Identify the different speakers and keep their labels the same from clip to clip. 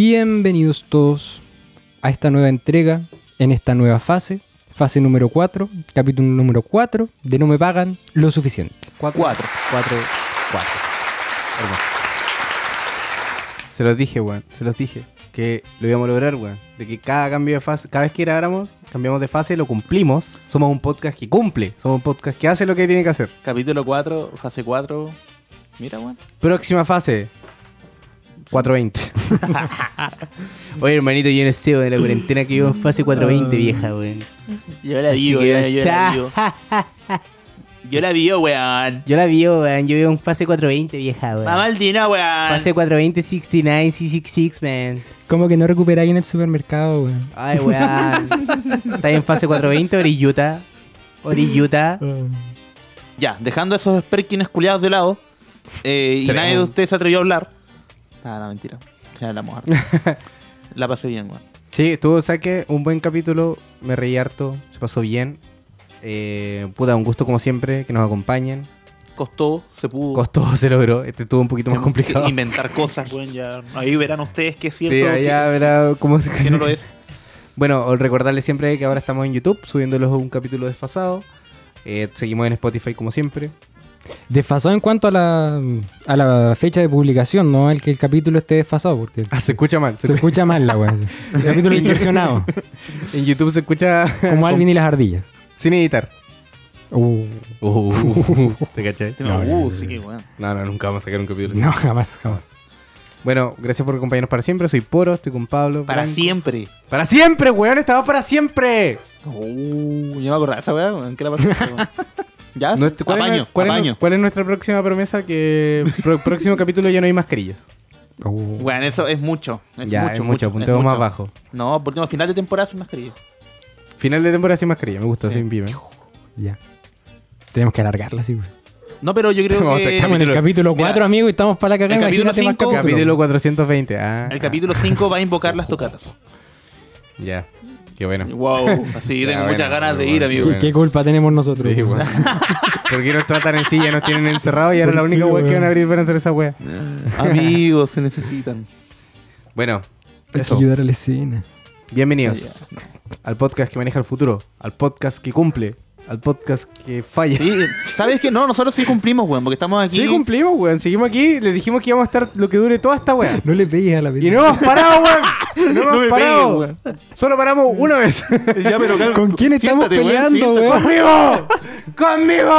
Speaker 1: Bienvenidos todos a esta nueva entrega, en esta nueva fase, fase número 4, capítulo número 4 de No me pagan lo suficiente.
Speaker 2: 4. 4. 4. Se los dije, weón. Se los dije. Que lo íbamos a lograr, weón. De que cada cambio de fase, cada vez que grabáramos, cambiamos de fase, lo cumplimos. Somos un podcast que cumple. Somos un podcast que hace lo que tiene que hacer.
Speaker 3: Capítulo 4, fase 4. Mira, weón.
Speaker 2: Próxima fase. 420. Oye, hermanito, yo no sé, weón, la cuarentena que vivo en fase 420, vieja, weón.
Speaker 3: Yo la
Speaker 2: Así
Speaker 3: vivo,
Speaker 2: que,
Speaker 3: yo, la- yo la vivo. Yo la vivo, weón.
Speaker 2: Yo la vivo, weón. Yo vivo en fase 420, vieja, weón.
Speaker 3: Mamá Aldina, weón.
Speaker 2: Fase 420, 69, 666, man.
Speaker 1: Como que no recuperáis en el supermercado, weón.
Speaker 2: Ay, weón. Está en fase 420, orilluta. Orilluta.
Speaker 3: Ya, dejando esos perkins culiados de lado. eh, y
Speaker 2: Seremos.
Speaker 3: nadie de ustedes se atrevió a hablar. Ah, no, mentira. Se hablamos harto. La pasé bien, weón.
Speaker 2: Sí, estuvo, ¿sabes qué? Un buen capítulo. Me reí harto. Se pasó bien. Eh, puta, un gusto como siempre que nos acompañen.
Speaker 3: Costó, se pudo.
Speaker 2: Costó se logró. Este estuvo un poquito más
Speaker 3: Tenemos
Speaker 2: complicado.
Speaker 3: que Inventar cosas, weón. Ya. Ahí verán ustedes que es cierto.
Speaker 2: Sí,
Speaker 3: que-
Speaker 2: allá verá cómo se...
Speaker 3: que, no lo es.
Speaker 2: Bueno, recordarles siempre que ahora estamos en YouTube subiéndolos un capítulo desfasado. Eh, seguimos en Spotify como siempre.
Speaker 1: Desfasado en cuanto a la, a la fecha de publicación, no el que el capítulo esté desfasado, porque
Speaker 2: Ah, se escucha mal. se
Speaker 1: se escucha mal la weón. El capítulo distorsionado,
Speaker 2: escucha- en YouTube se escucha
Speaker 1: como Alvin y las ardillas.
Speaker 2: sin editar.
Speaker 1: Uh,
Speaker 2: ¿Te cachai?
Speaker 1: No,
Speaker 3: uh,
Speaker 1: ya, ya,
Speaker 3: sí
Speaker 1: ya.
Speaker 3: que, weón.
Speaker 2: uh, No, no, nunca vamos a sacar un capítulo.
Speaker 1: no, jamás, jamás.
Speaker 2: Bueno, gracias por acompañarnos para siempre. Soy Poro, estoy con Pablo.
Speaker 3: Para
Speaker 2: Branco.
Speaker 3: siempre.
Speaker 2: ¡Para siempre, weón! ¡Estaba para siempre!
Speaker 3: Uh, yo me acordaba de esa weá, weón. ¿Qué la pasé? weón? ya, sí.
Speaker 2: Nuestro- ¿cuál, es,
Speaker 3: apaño,
Speaker 2: nu- cuál es nu-
Speaker 3: apaño.
Speaker 2: cuál es nuestra próxima promesa? Que pro- próximo capítulo ya no hay mascarillas.
Speaker 1: Uh.
Speaker 3: Bueno, eso es mucho. Es
Speaker 2: ya,
Speaker 3: mucho,
Speaker 2: es mucho.
Speaker 3: es
Speaker 2: Punteo
Speaker 3: mucho.
Speaker 2: más bajo.
Speaker 3: No, por último, final de temporada sin mascarilla.
Speaker 2: Final de temporada sin mascarilla. Me gusta,
Speaker 3: Sí.
Speaker 2: soy un pyme.
Speaker 1: Ya. Tenemos que alargarla, sí, güey.
Speaker 3: No, pero yo creo
Speaker 2: Vamos,
Speaker 3: que
Speaker 2: te-
Speaker 1: Estamos en el capítulo 4,
Speaker 3: Mira,
Speaker 1: amigo, y estamos para la cagada.
Speaker 3: el capítulo
Speaker 1: imagínate más
Speaker 3: cinco-
Speaker 1: capítulos.
Speaker 2: Capítulo 420. Ah,
Speaker 3: el
Speaker 2: ah,
Speaker 3: capítulo 5 va a invocar las tocatas.
Speaker 2: Ya. Qué bueno.
Speaker 3: Wow, así
Speaker 2: Ya,
Speaker 3: tengo
Speaker 2: bueno,
Speaker 3: muchas ganas de
Speaker 2: bueno.
Speaker 3: ir,
Speaker 1: ¿Qué,
Speaker 3: amigo.
Speaker 1: qué culpa tenemos nosotros?
Speaker 2: Sí,
Speaker 1: güey?
Speaker 2: weón. Porque nos tratan en sí, ya nos tienen encerrados y ahora la única weá que van a abrir van a ser esa weá.
Speaker 3: Amigos, se necesitan.
Speaker 2: Bueno,
Speaker 1: Hay que
Speaker 2: eso.
Speaker 1: ayudar a la escena.
Speaker 2: Bienvenidos.
Speaker 3: Ya.
Speaker 2: al podcast que maneja el futuro, al podcast que cumple, al podcast que falla.
Speaker 3: Sí, ¿sabes qué? No, nosotros sí cumplimos, weón, porque estamos aquí.
Speaker 2: Sí, cumplimos, weón. Seguimos aquí, les dijimos que íbamos a estar lo que dure toda esta weá.
Speaker 1: No le pegues a la
Speaker 2: Y no hemos parado, weón. No hemos
Speaker 3: No me
Speaker 2: parado.
Speaker 3: peguen,
Speaker 2: Solo paramos una vez.
Speaker 3: Ya, pero calma.
Speaker 1: ¿Con quién estamos
Speaker 3: Siéntate, weón,
Speaker 1: peleando,
Speaker 3: siéntate.
Speaker 1: weón?
Speaker 2: ¡Conmigo!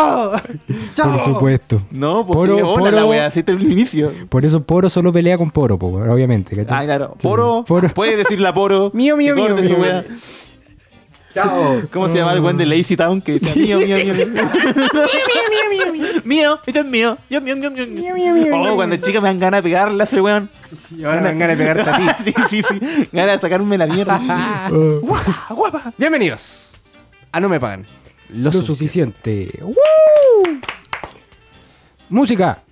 Speaker 2: ¡Conmigo!
Speaker 1: Por supuesto.
Speaker 3: No, pues
Speaker 1: Poro,
Speaker 3: sí, hola la
Speaker 1: poro.
Speaker 3: weá, así está el inicio.
Speaker 1: Por eso Poro solo pelea con Poro, po, weón, obviamente. ¿cachai?
Speaker 3: Ah, claro.
Speaker 1: Sí.
Speaker 3: Poro, puede decir la poro.
Speaker 2: Mío, mío,
Speaker 3: que
Speaker 2: mío,
Speaker 3: corte su
Speaker 2: mío,
Speaker 3: weá.
Speaker 2: Chao.
Speaker 3: ¿Cómo se llama el buen de Lazy Town? Que decía, mío, mío, mío, mío. mío, mío, mío, mío. Mío, ese es mío. Yo, mío, mío, mío, mío. Oh, cuando chicas me dan ganas de pegarle a ese weón.
Speaker 2: Y ahora me dan ganas de pegarte a ti.
Speaker 3: sí, sí, sí. Ganas de sacarme la mierda. guapa, guapa.
Speaker 2: Bienvenidos a No Me Pagan.
Speaker 1: Lo, suficiente. ¡Woo! Música.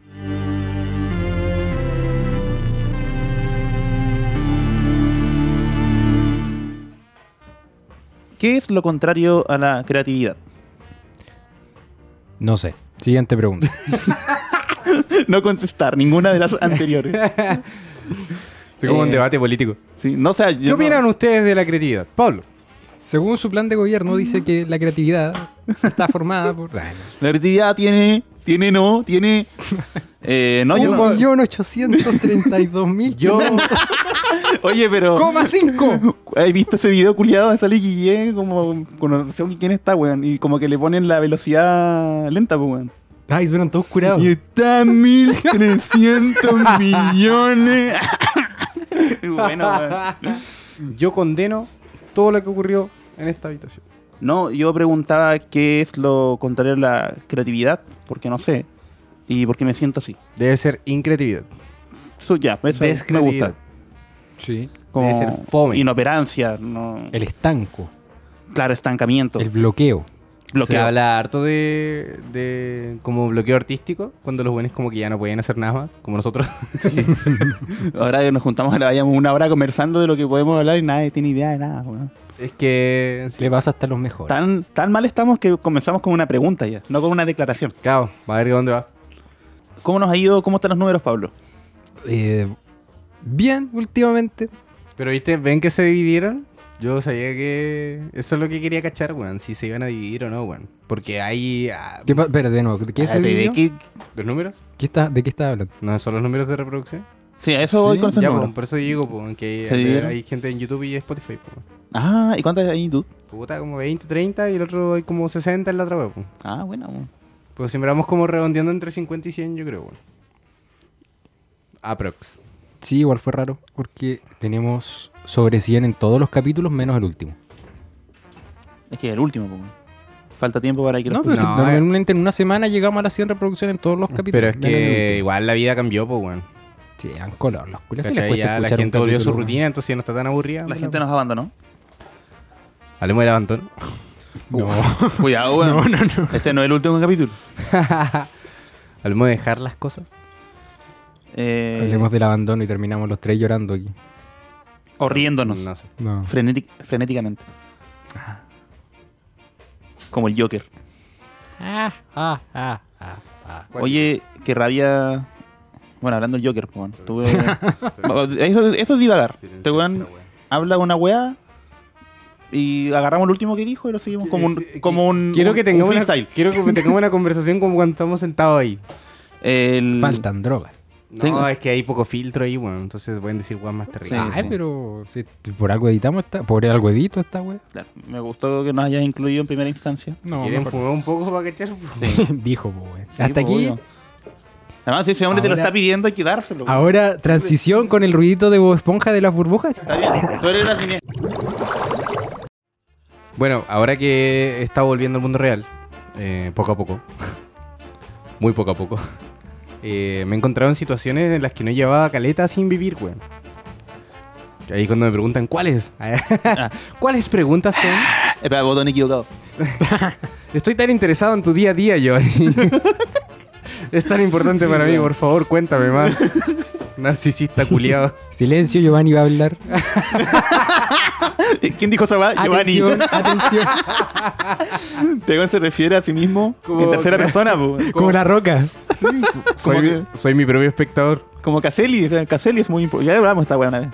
Speaker 3: ¿Qué es lo contrario a la creatividad?
Speaker 1: No sé. Siguiente pregunta.
Speaker 3: No contestar ninguna de las anteriores.
Speaker 2: Soy como un
Speaker 3: Eh,
Speaker 2: debate político.
Speaker 3: Sí, no, o sea, yo
Speaker 2: ¿Qué
Speaker 3: no-
Speaker 2: opinan ustedes de la creatividad? Pablo.
Speaker 1: Según su plan de gobierno, dice que la creatividad está formada por. Ah, no.
Speaker 3: La creatividad tiene, tiene no, tiene... Eh, no, yo no...
Speaker 1: 1.832.000.
Speaker 2: Yo.
Speaker 3: Oye, pero...
Speaker 1: ¡Coma 5!
Speaker 3: ¿Has visto ese video culiado de Sally Guillén? eh, Como, con- no sé quién está, weón. Y como que le ponen la velocidad lenta, pues, weón.
Speaker 1: Ay, fueron todos
Speaker 2: Oh.
Speaker 1: curados.
Speaker 3: Y está a 1300 millones. bueno, weón.
Speaker 2: Yo condeno todo lo que ocurrió en esta habitación.
Speaker 3: No, yo preguntaba qué es lo contrario a la creatividad, porque no sé. Y porque me siento así.
Speaker 2: Debe ser increatividad.
Speaker 3: Eso ya, eso me
Speaker 2: Descreatividad.
Speaker 3: gusta.
Speaker 1: Sí.
Speaker 3: Como
Speaker 2: Debe ser fome.
Speaker 3: Inoperancia, no-
Speaker 1: El estanco,
Speaker 3: claro, estancamiento.
Speaker 1: el bloqueo.
Speaker 3: Lo
Speaker 2: Se
Speaker 3: que
Speaker 2: habla harto de, de como bloqueo artístico, cuando los buenos como que ya no pueden hacer nada más, como nosotros.
Speaker 3: Ahora nos juntamos, la vayamos una hora conversando de lo que podemos hablar y nadie tiene idea de nada, weón.
Speaker 2: es que... sí.
Speaker 1: Le pasa hasta los mejores.
Speaker 3: Tan, tan mal estamos que comenzamos con una pregunta ya, no con una declaración.
Speaker 2: Cabo, va a ver dónde va.
Speaker 3: ¿Cómo nos ha ido? ¿Cómo están los números, Pablo?
Speaker 1: Eh, bien últimamente.
Speaker 2: Pero viste, ven que se dividieron. Yo sabía que eso es lo que quería cachar, weón. Si se iban a dividir o no, weón. Porque hay. ah,
Speaker 1: ¿Qué pa- espera, de nuevo, ¿de qué se
Speaker 3: Ah, de- de
Speaker 1: dividió?
Speaker 3: qué-
Speaker 2: ¿Los números?
Speaker 1: ¿Qué está- ¿De qué estás hablando?
Speaker 2: ¿No son los números de reproducción?
Speaker 3: Sí, a eso voy
Speaker 1: Sí,
Speaker 3: con esos
Speaker 2: ya,
Speaker 3: números.
Speaker 2: weón, por eso digo, weón, que
Speaker 3: ¿Se
Speaker 2: hay,
Speaker 3: dividieron?
Speaker 2: hay gente en YouTube y Spotify, weón.
Speaker 3: Ah, ¿y cuántas hay en YouTube?
Speaker 2: Puta, como 20, 30 y el otro hay como 60 en la otra, weón.
Speaker 3: Ah, buena. weón.
Speaker 2: Pues siempre vamos como redondeando entre 50 y 100, yo creo, weón. Aprox.
Speaker 1: Sí, igual fue raro, porque tenemos sobre 100 en todos los capítulos, menos el último.
Speaker 3: Es que es el último, po, weón. Falta tiempo para que los
Speaker 1: No, pero es que
Speaker 2: No, eh.
Speaker 1: normalmente en una semana llegamos a las 100 reproducciones en todos los capítulos.
Speaker 2: Pero es
Speaker 1: menos en el
Speaker 2: que
Speaker 1: último.
Speaker 2: igual la vida cambió, pues, weón.
Speaker 1: Sí, han color los culios. ¿Qué les
Speaker 2: ¿Cachai?
Speaker 1: cuesta
Speaker 2: Ya la
Speaker 1: escuchar un
Speaker 2: gente volvió a su
Speaker 1: capítulo,
Speaker 2: rutina, entonces ya no está tan aburrida.
Speaker 3: La gente nos abandonó.
Speaker 2: Hablemos del abandono.
Speaker 1: No.
Speaker 3: Cuidado, weón. Este no es el último capítulo.
Speaker 2: Hablemos de dejar las cosas.
Speaker 3: Eh,
Speaker 1: Hablemos del abandono y terminamos los tres llorando aquí.
Speaker 3: O riéndonos.
Speaker 2: No sé.
Speaker 1: No.
Speaker 3: Frenetic- frenéticamente.
Speaker 1: Ah.
Speaker 3: Como el Joker.
Speaker 1: Ah,
Speaker 3: Oye, qué rabia. Bueno, hablando del Joker, pues, bueno, tuve- eso, eso es divagar. Este weón habla una weá y agarramos lo último que dijo y lo seguimos como un, como un,
Speaker 2: Quiero que
Speaker 3: un
Speaker 2: tengamos una,
Speaker 3: freestyle.
Speaker 2: quiero que tengamos una conversación como cuando estamos sentados ahí. Mm.
Speaker 3: El-
Speaker 1: Faltan drogas.
Speaker 2: No,
Speaker 3: Tengo-
Speaker 2: es que hay poco filtro ahí, weón. Entonces pueden decir weón más terrible.
Speaker 3: Sí,
Speaker 1: Ay,
Speaker 3: sí.
Speaker 1: pero si por algo editamos esta, por algo edito esta wea.
Speaker 3: Claro, me gustó que nos hayas incluido en primera instancia.
Speaker 1: No,
Speaker 2: ¿Quieren
Speaker 1: mejor.
Speaker 2: fumar un poco para cachar?
Speaker 1: dijo, po, wea.
Speaker 3: Sí,
Speaker 1: Hasta
Speaker 3: pues,
Speaker 1: aquí,
Speaker 3: obvio. Además, si ese hombre te lo
Speaker 1: Ahora-
Speaker 3: está pidiendo, hay que dárselo.
Speaker 1: ahora transición con el ruidito de Bob Esponja de las burbujas.
Speaker 3: Está bien, tú eres la línea.
Speaker 2: Bueno, ahora que está volviendo al mundo real, eh, poco a poco, muy poco a poco, eh, me he encontrado en situaciones en las que no llevaba caleta sin vivir, weón. Que Ahí cuando me preguntan cuáles, cuáles preguntas son.
Speaker 3: Espera, botón equivocado.
Speaker 2: Estoy tan interesado en tu día a día, Giovanni. es tan importante para mí, por favor, cuéntame más. Narcisista culiado.
Speaker 1: Silencio, Giovanni va a hablar.
Speaker 3: ¿Quién dijo esa weá? Giovanni.
Speaker 1: Atención, atención.
Speaker 3: Tegón se refiere a sí mismo en
Speaker 2: Como-
Speaker 3: tercera persona, po.
Speaker 1: Como las rocas.
Speaker 2: soy, mi- soy mi propio espectador.
Speaker 3: Como Caselli, o sea, Caselli es muy importante. Ya hablamos de esta weá una vez.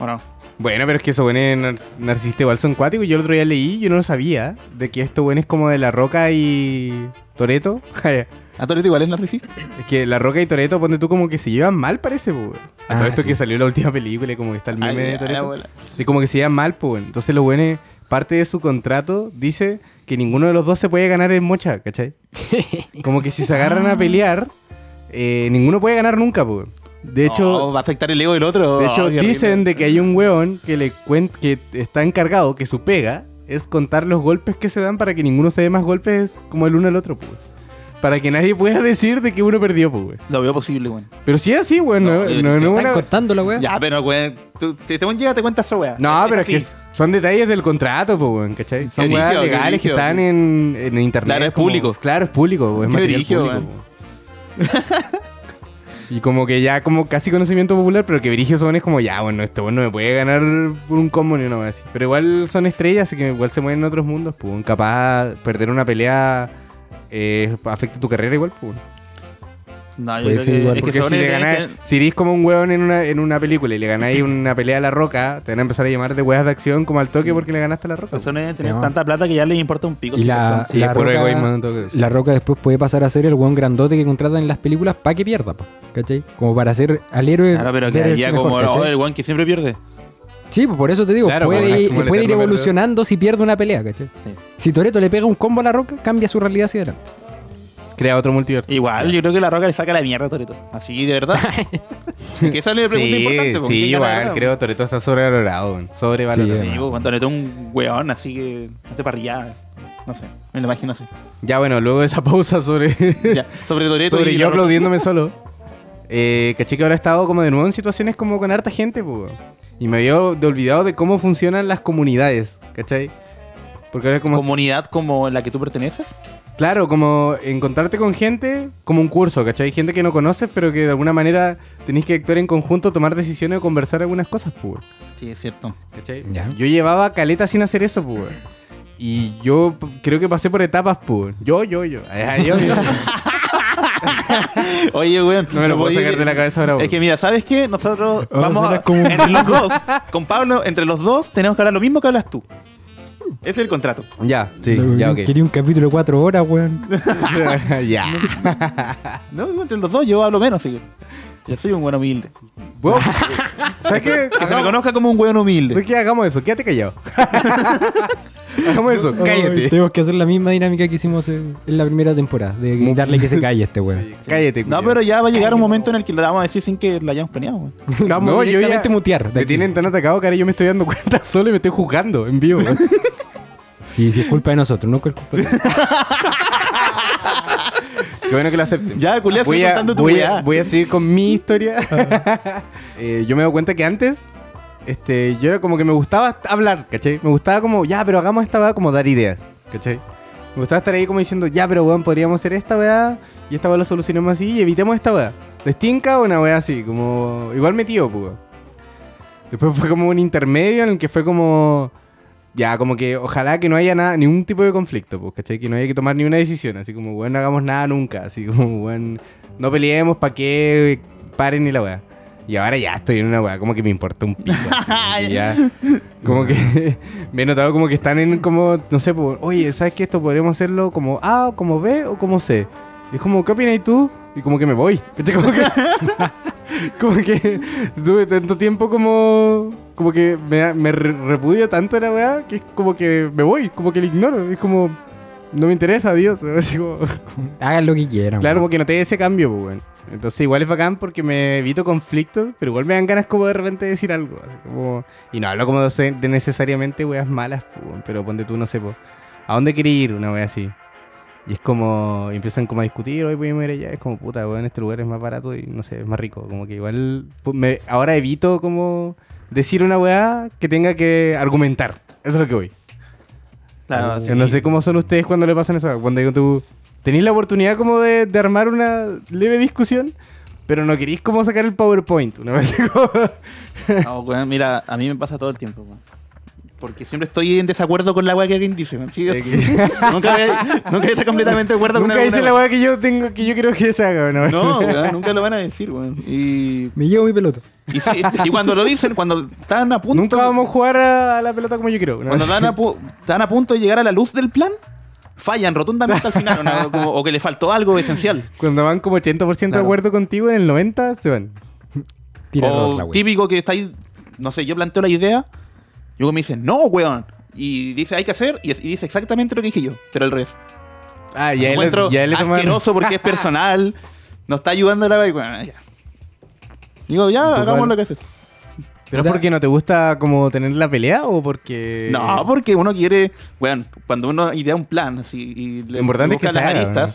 Speaker 3: ¿O no?
Speaker 2: Bueno, pero es que esos güeyes nar narcisista igual son cuáticos. Yo el otro día leí, yo no lo sabía, de que estos güeyes como de La Roca y Toreto. es
Speaker 3: ¿A Toreto igual es narcisista?
Speaker 2: que La Roca y Toreto, ponte tú como que se llevan mal, parece, pues. A
Speaker 1: Ah,
Speaker 2: todo esto
Speaker 1: sí. Ah,
Speaker 2: que salió en la última película y como que está el meme
Speaker 3: Ay,
Speaker 2: de
Speaker 3: ay,
Speaker 2: Toreto.
Speaker 3: abuela.
Speaker 2: Y como que se llevan mal, pues. Entonces los güeyes, parte de su contrato dice que ninguno de los dos se puede ganar en mocha, ¿cachai? Como que si se agarran a pelear, eh, ninguno puede ganar nunca, pues. De hecho,
Speaker 3: Oh, va a afectar el ego del otro.
Speaker 2: de hecho,
Speaker 3: Oh, qué
Speaker 2: dicen
Speaker 3: horrible.
Speaker 2: de que hay un weón que le cuen- que está encargado, que su pega es contar los golpes que se dan para que ninguno se dé más golpes como el uno al otro, pues. Para que nadie pueda decir de que uno perdió, pues. weón.
Speaker 3: Lo veo posible, weón.
Speaker 2: Pero si es así, weón, no,
Speaker 3: No, eh,
Speaker 2: no- no es
Speaker 1: Están
Speaker 2: una-
Speaker 1: cortando la wea.
Speaker 3: Ya, pero weón, tú- si te llega, te cuentas esa weá.
Speaker 2: ¿Eh? No, pero es
Speaker 3: así.
Speaker 2: que son detalles del contrato, pues, weón, ¿cachai? Son
Speaker 3: Qué
Speaker 2: weas
Speaker 3: brígido, qué
Speaker 2: legales que
Speaker 3: brígido.
Speaker 2: están en, en internet.
Speaker 3: Claro, es público.
Speaker 2: Claro, es público, weón, es
Speaker 3: Qué
Speaker 2: material
Speaker 3: brígido,
Speaker 2: público, weón. Y como que ya, como casi conocimiento popular, pero que Virigio son es como, ya, bueno, este bueno no me puede ganar por un combo ni una vez así. Pero igual son estrellas, así que igual se mueven en otros mundos, pues, weón. capaz perder una pelea eh, afecta tu carrera igual, pues. weón.
Speaker 3: No, yo
Speaker 1: Puede
Speaker 3: creo
Speaker 1: ser igual,
Speaker 3: que, es que
Speaker 2: Porque
Speaker 3: se
Speaker 2: si
Speaker 3: supone
Speaker 2: le
Speaker 3: que
Speaker 2: ganáis,
Speaker 3: tenés que-
Speaker 2: si eres como un huevón en una, en una película y le ganáis una pelea a la roca, te van a empezar a llamar de huevas de acción como al toque porque le ganaste a la roca.
Speaker 3: Las personas deben tener
Speaker 1: No.
Speaker 3: tanta plata que ya les importa un pico.
Speaker 1: Y
Speaker 3: si
Speaker 1: la,
Speaker 3: te-
Speaker 2: Sí,
Speaker 1: la
Speaker 2: puro
Speaker 1: roca,
Speaker 2: egoísmo, no tengo que decir.
Speaker 1: la roca después puede pasar a ser el buen grandote que contratan en las películas para que pierda, po, ¿cachai? Como para ser al héroe.
Speaker 3: Claro, pero que
Speaker 1: verse
Speaker 3: ya
Speaker 1: mejor,
Speaker 3: como
Speaker 1: ¿cachai?
Speaker 3: oh, el weón que siempre pierde.
Speaker 1: Sí, pues por eso te digo,
Speaker 2: Claro,
Speaker 1: puede,
Speaker 2: como el-
Speaker 1: ir,
Speaker 2: como el
Speaker 1: puede ir
Speaker 2: eterno
Speaker 1: evolucionando si pierde una pelea, ¿cachai?
Speaker 3: Sí.
Speaker 1: Si Toreto le pega un combo a la roca, cambia su realidad hacia adelante.
Speaker 2: Crea otro multiverso.
Speaker 3: Igual, yo creo que la roca le saca la mierda a Toreto. Así, de verdad. Es que esa es la pregunta importante. po, ¿quién gana, verdad?
Speaker 2: Toreto está sobrevalorado. weón. Sobrevalorado.
Speaker 1: Sí,
Speaker 3: Sí, po, cuando le toca un weón así que hace parrillada. No sé, me lo imagino así.
Speaker 2: Ya bueno, luego de esa pausa sobre,
Speaker 3: Ya, sobre Toreto
Speaker 2: sobre
Speaker 3: y
Speaker 2: yo
Speaker 3: la roca.
Speaker 2: aplaudiéndome solo, eh, caché que ahora he estado como de nuevo en situaciones como con harta gente, po, weón. Y me había de- olvidado de cómo funcionan las comunidades, ¿cachai? Porque ahora es como
Speaker 3: comunidad como la que tú perteneces.
Speaker 2: Claro, como encontrarte con gente como un curso, ¿cachai? Gente que no conoces, pero que de alguna manera tenéis que actuar en conjunto, tomar decisiones o conversar algunas cosas, pues. weón.
Speaker 3: Sí, es cierto.
Speaker 2: ¿Cachai?
Speaker 1: Ya.
Speaker 2: Yo llevaba caleta sin hacer eso, pues. weón. Y yo p- creo que pasé por etapas, pues. Yo, yo, yo. Ay, ay, yo, yo.
Speaker 3: Oye, weón.
Speaker 2: No me lo puedo
Speaker 3: podí-
Speaker 2: sacar de la cabeza ahora, weón.
Speaker 3: Es que mira, ¿sabes qué? Nosotros
Speaker 1: Ahora
Speaker 3: vamos
Speaker 1: suena
Speaker 3: a,
Speaker 1: como un
Speaker 3: entre los dos, con Pablo, entre los dos tenemos que hablar lo mismo que hablas tú. Ese es el contrato.
Speaker 2: Ya, sí,
Speaker 1: No,
Speaker 2: ya,
Speaker 1: yo
Speaker 2: ok.
Speaker 1: Quería un capítulo de cuatro horas, weón.
Speaker 2: ya.
Speaker 3: No, entre los dos yo hablo menos, así que. Yo soy un weón humilde.
Speaker 2: Bueno, ¿Sabes qué?
Speaker 3: Que se me
Speaker 2: Hagamos,
Speaker 3: conozca como un weón humilde.
Speaker 2: ¿sabes qué? Hagamos eso, quédate callado. Hagamos eso,
Speaker 1: Ay,
Speaker 2: cállate.
Speaker 1: tenemos que hacer la misma dinámica que hicimos eh, en la primera temporada, de gritarle que se calle este weón.
Speaker 2: Cállate,
Speaker 3: No,
Speaker 2: culiao.
Speaker 3: pero ya va a llegar un momento en el que le vamos a decir sin que lo hayamos planeado, weón.
Speaker 1: Lo vamos
Speaker 2: No,
Speaker 1: a
Speaker 2: yo
Speaker 1: directamente
Speaker 2: ya-
Speaker 1: mutear. de
Speaker 2: Me
Speaker 1: aquí.
Speaker 2: tienen tan atacado, cara, yo me estoy dando cuenta solo y me estoy juzgando en vivo. weón.
Speaker 1: Sí, sí, es culpa de nosotros, no es culpa de
Speaker 2: Qué bueno que lo acepten.
Speaker 3: Ya, culiao,
Speaker 2: voy
Speaker 3: sigue
Speaker 2: a,
Speaker 3: contando tu
Speaker 2: voy, a,
Speaker 3: weá.
Speaker 2: voy a seguir con mi historia. Eh, yo me doy cuenta que antes, este, yo era como que me gustaba hablar, ¿cachai? Me gustaba como, ya, pero hagamos esta weá como dar ideas, ¿cachai? Me gustaba estar ahí como diciendo, ya, pero weón, podríamos hacer esta weá y esta weá la solucionamos así y evitemos esta weá. ¿Les tinca una weá así? Como, igual metido, pues. Después fue como un intermedio en el que fue como... Ya, como que ojalá que no haya nada, ningún tipo de conflicto, pues, ¿cachai? Que no haya que tomar ni una decisión, así como, bueno, no hagamos nada nunca, así como, bueno, no peleemos, ¿para qué? Paren ni la weá. Y ahora ya estoy en una weá, como que me importa un pico. así, y ya, como que me he notado como que están en como, no sé, pues, oye, ¿sabes qué? Esto podríamos hacerlo como A, o como B o como C. Y es como, ¿qué opinas tú? Y como que me voy. ¿cachai? Como que, como que tuve tanto tiempo como. Como que me, me re- repudio tanto la weá que es como que me voy, como que lo ignoro. Es como. No me interesa, adiós. Así como-
Speaker 1: nosotros. Hagan lo que quieran.
Speaker 2: claro,
Speaker 1: weón.
Speaker 2: porque noté ese cambio, pues, weón. Entonces, igual es bacán porque me evito conflictos, pero igual me dan ganas como de repente decir algo. así como- y no hablo como de, se- de necesariamente weas malas, pues, weón, pero ponte tú, no sé, pues, ¿a dónde quería ir una wea así? Y es como, y empiezan como a discutir, hoy podemos ir allá, es como, puta, weón, este lugar es más barato y no sé, es más rico. Como que igual, pu- me, ahora evito como decir una weá que tenga que argumentar. Eso es lo que voy.
Speaker 3: Claro,
Speaker 2: Yo no sé cómo son ustedes cuando le pasan eso. Cuando tú tenéis la oportunidad como de, de armar una leve discusión, pero no queréis como sacar el PowerPoint. Una vez como-
Speaker 3: No, weón, mira, a mí me pasa todo el tiempo, weón. Porque siempre estoy en desacuerdo con la weá que alguien dice, weón. Sí, es- nunca, nunca está completamente de acuerdo con
Speaker 2: Nunca
Speaker 3: alguna
Speaker 2: hice la weá que yo tengo, que yo creo que se haga, ¿no?
Speaker 3: No, weón, nunca lo van a decir, weón. Y,
Speaker 1: Me llevo mi pelota.
Speaker 3: y, sí, este, y cuando lo dicen, cuando están a punto.
Speaker 2: Nunca vamos a jugar a la pelota como yo quiero. ¿no?
Speaker 3: Cuando están a, pu- están a punto de llegar a la luz del plan, fallan rotundamente al final. ¿no? Como- o que le faltó algo esencial.
Speaker 2: Cuando van como 80%
Speaker 3: Claro.
Speaker 2: de acuerdo contigo, en el 90% se van.
Speaker 1: Tira
Speaker 2: Oh,
Speaker 1: error, la
Speaker 3: o
Speaker 1: weón.
Speaker 3: típico que está ahí, no sé, yo planteo la idea, y luego me dicen, no, weón. Y dice, hay que hacer, y, es- y dice exactamente lo que dije yo, pero al revés.
Speaker 2: Ah,
Speaker 3: Lo
Speaker 2: ya
Speaker 3: encuentro
Speaker 2: le
Speaker 3: asqueroso porque es personal, no está ayudando a la bueno, ya. Digo, ya,
Speaker 2: Total.
Speaker 3: hagamos lo que haces.
Speaker 2: ¿Pero es porque no te gusta como tener la pelea o porque.?
Speaker 3: No, porque uno quiere, weón, cuando uno idea un plan así y
Speaker 2: Lo importante es que
Speaker 3: busca
Speaker 2: se haga,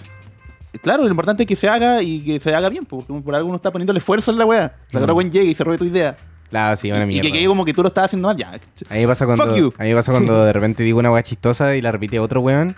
Speaker 3: Claro, lo importante es que se haga y que se haga bien, porque por algo uno está poniendo el esfuerzo en la weá. La otra weón llegue y se robe tu idea.
Speaker 2: Claro, sí, una
Speaker 3: y
Speaker 2: mierda.
Speaker 3: que quede como que tú lo estás haciendo mal, ya.
Speaker 2: A mí me pasa cuando,
Speaker 3: Fuck you.
Speaker 2: a mí me pasa cuando de repente digo una weá chistosa y la repite otro weón.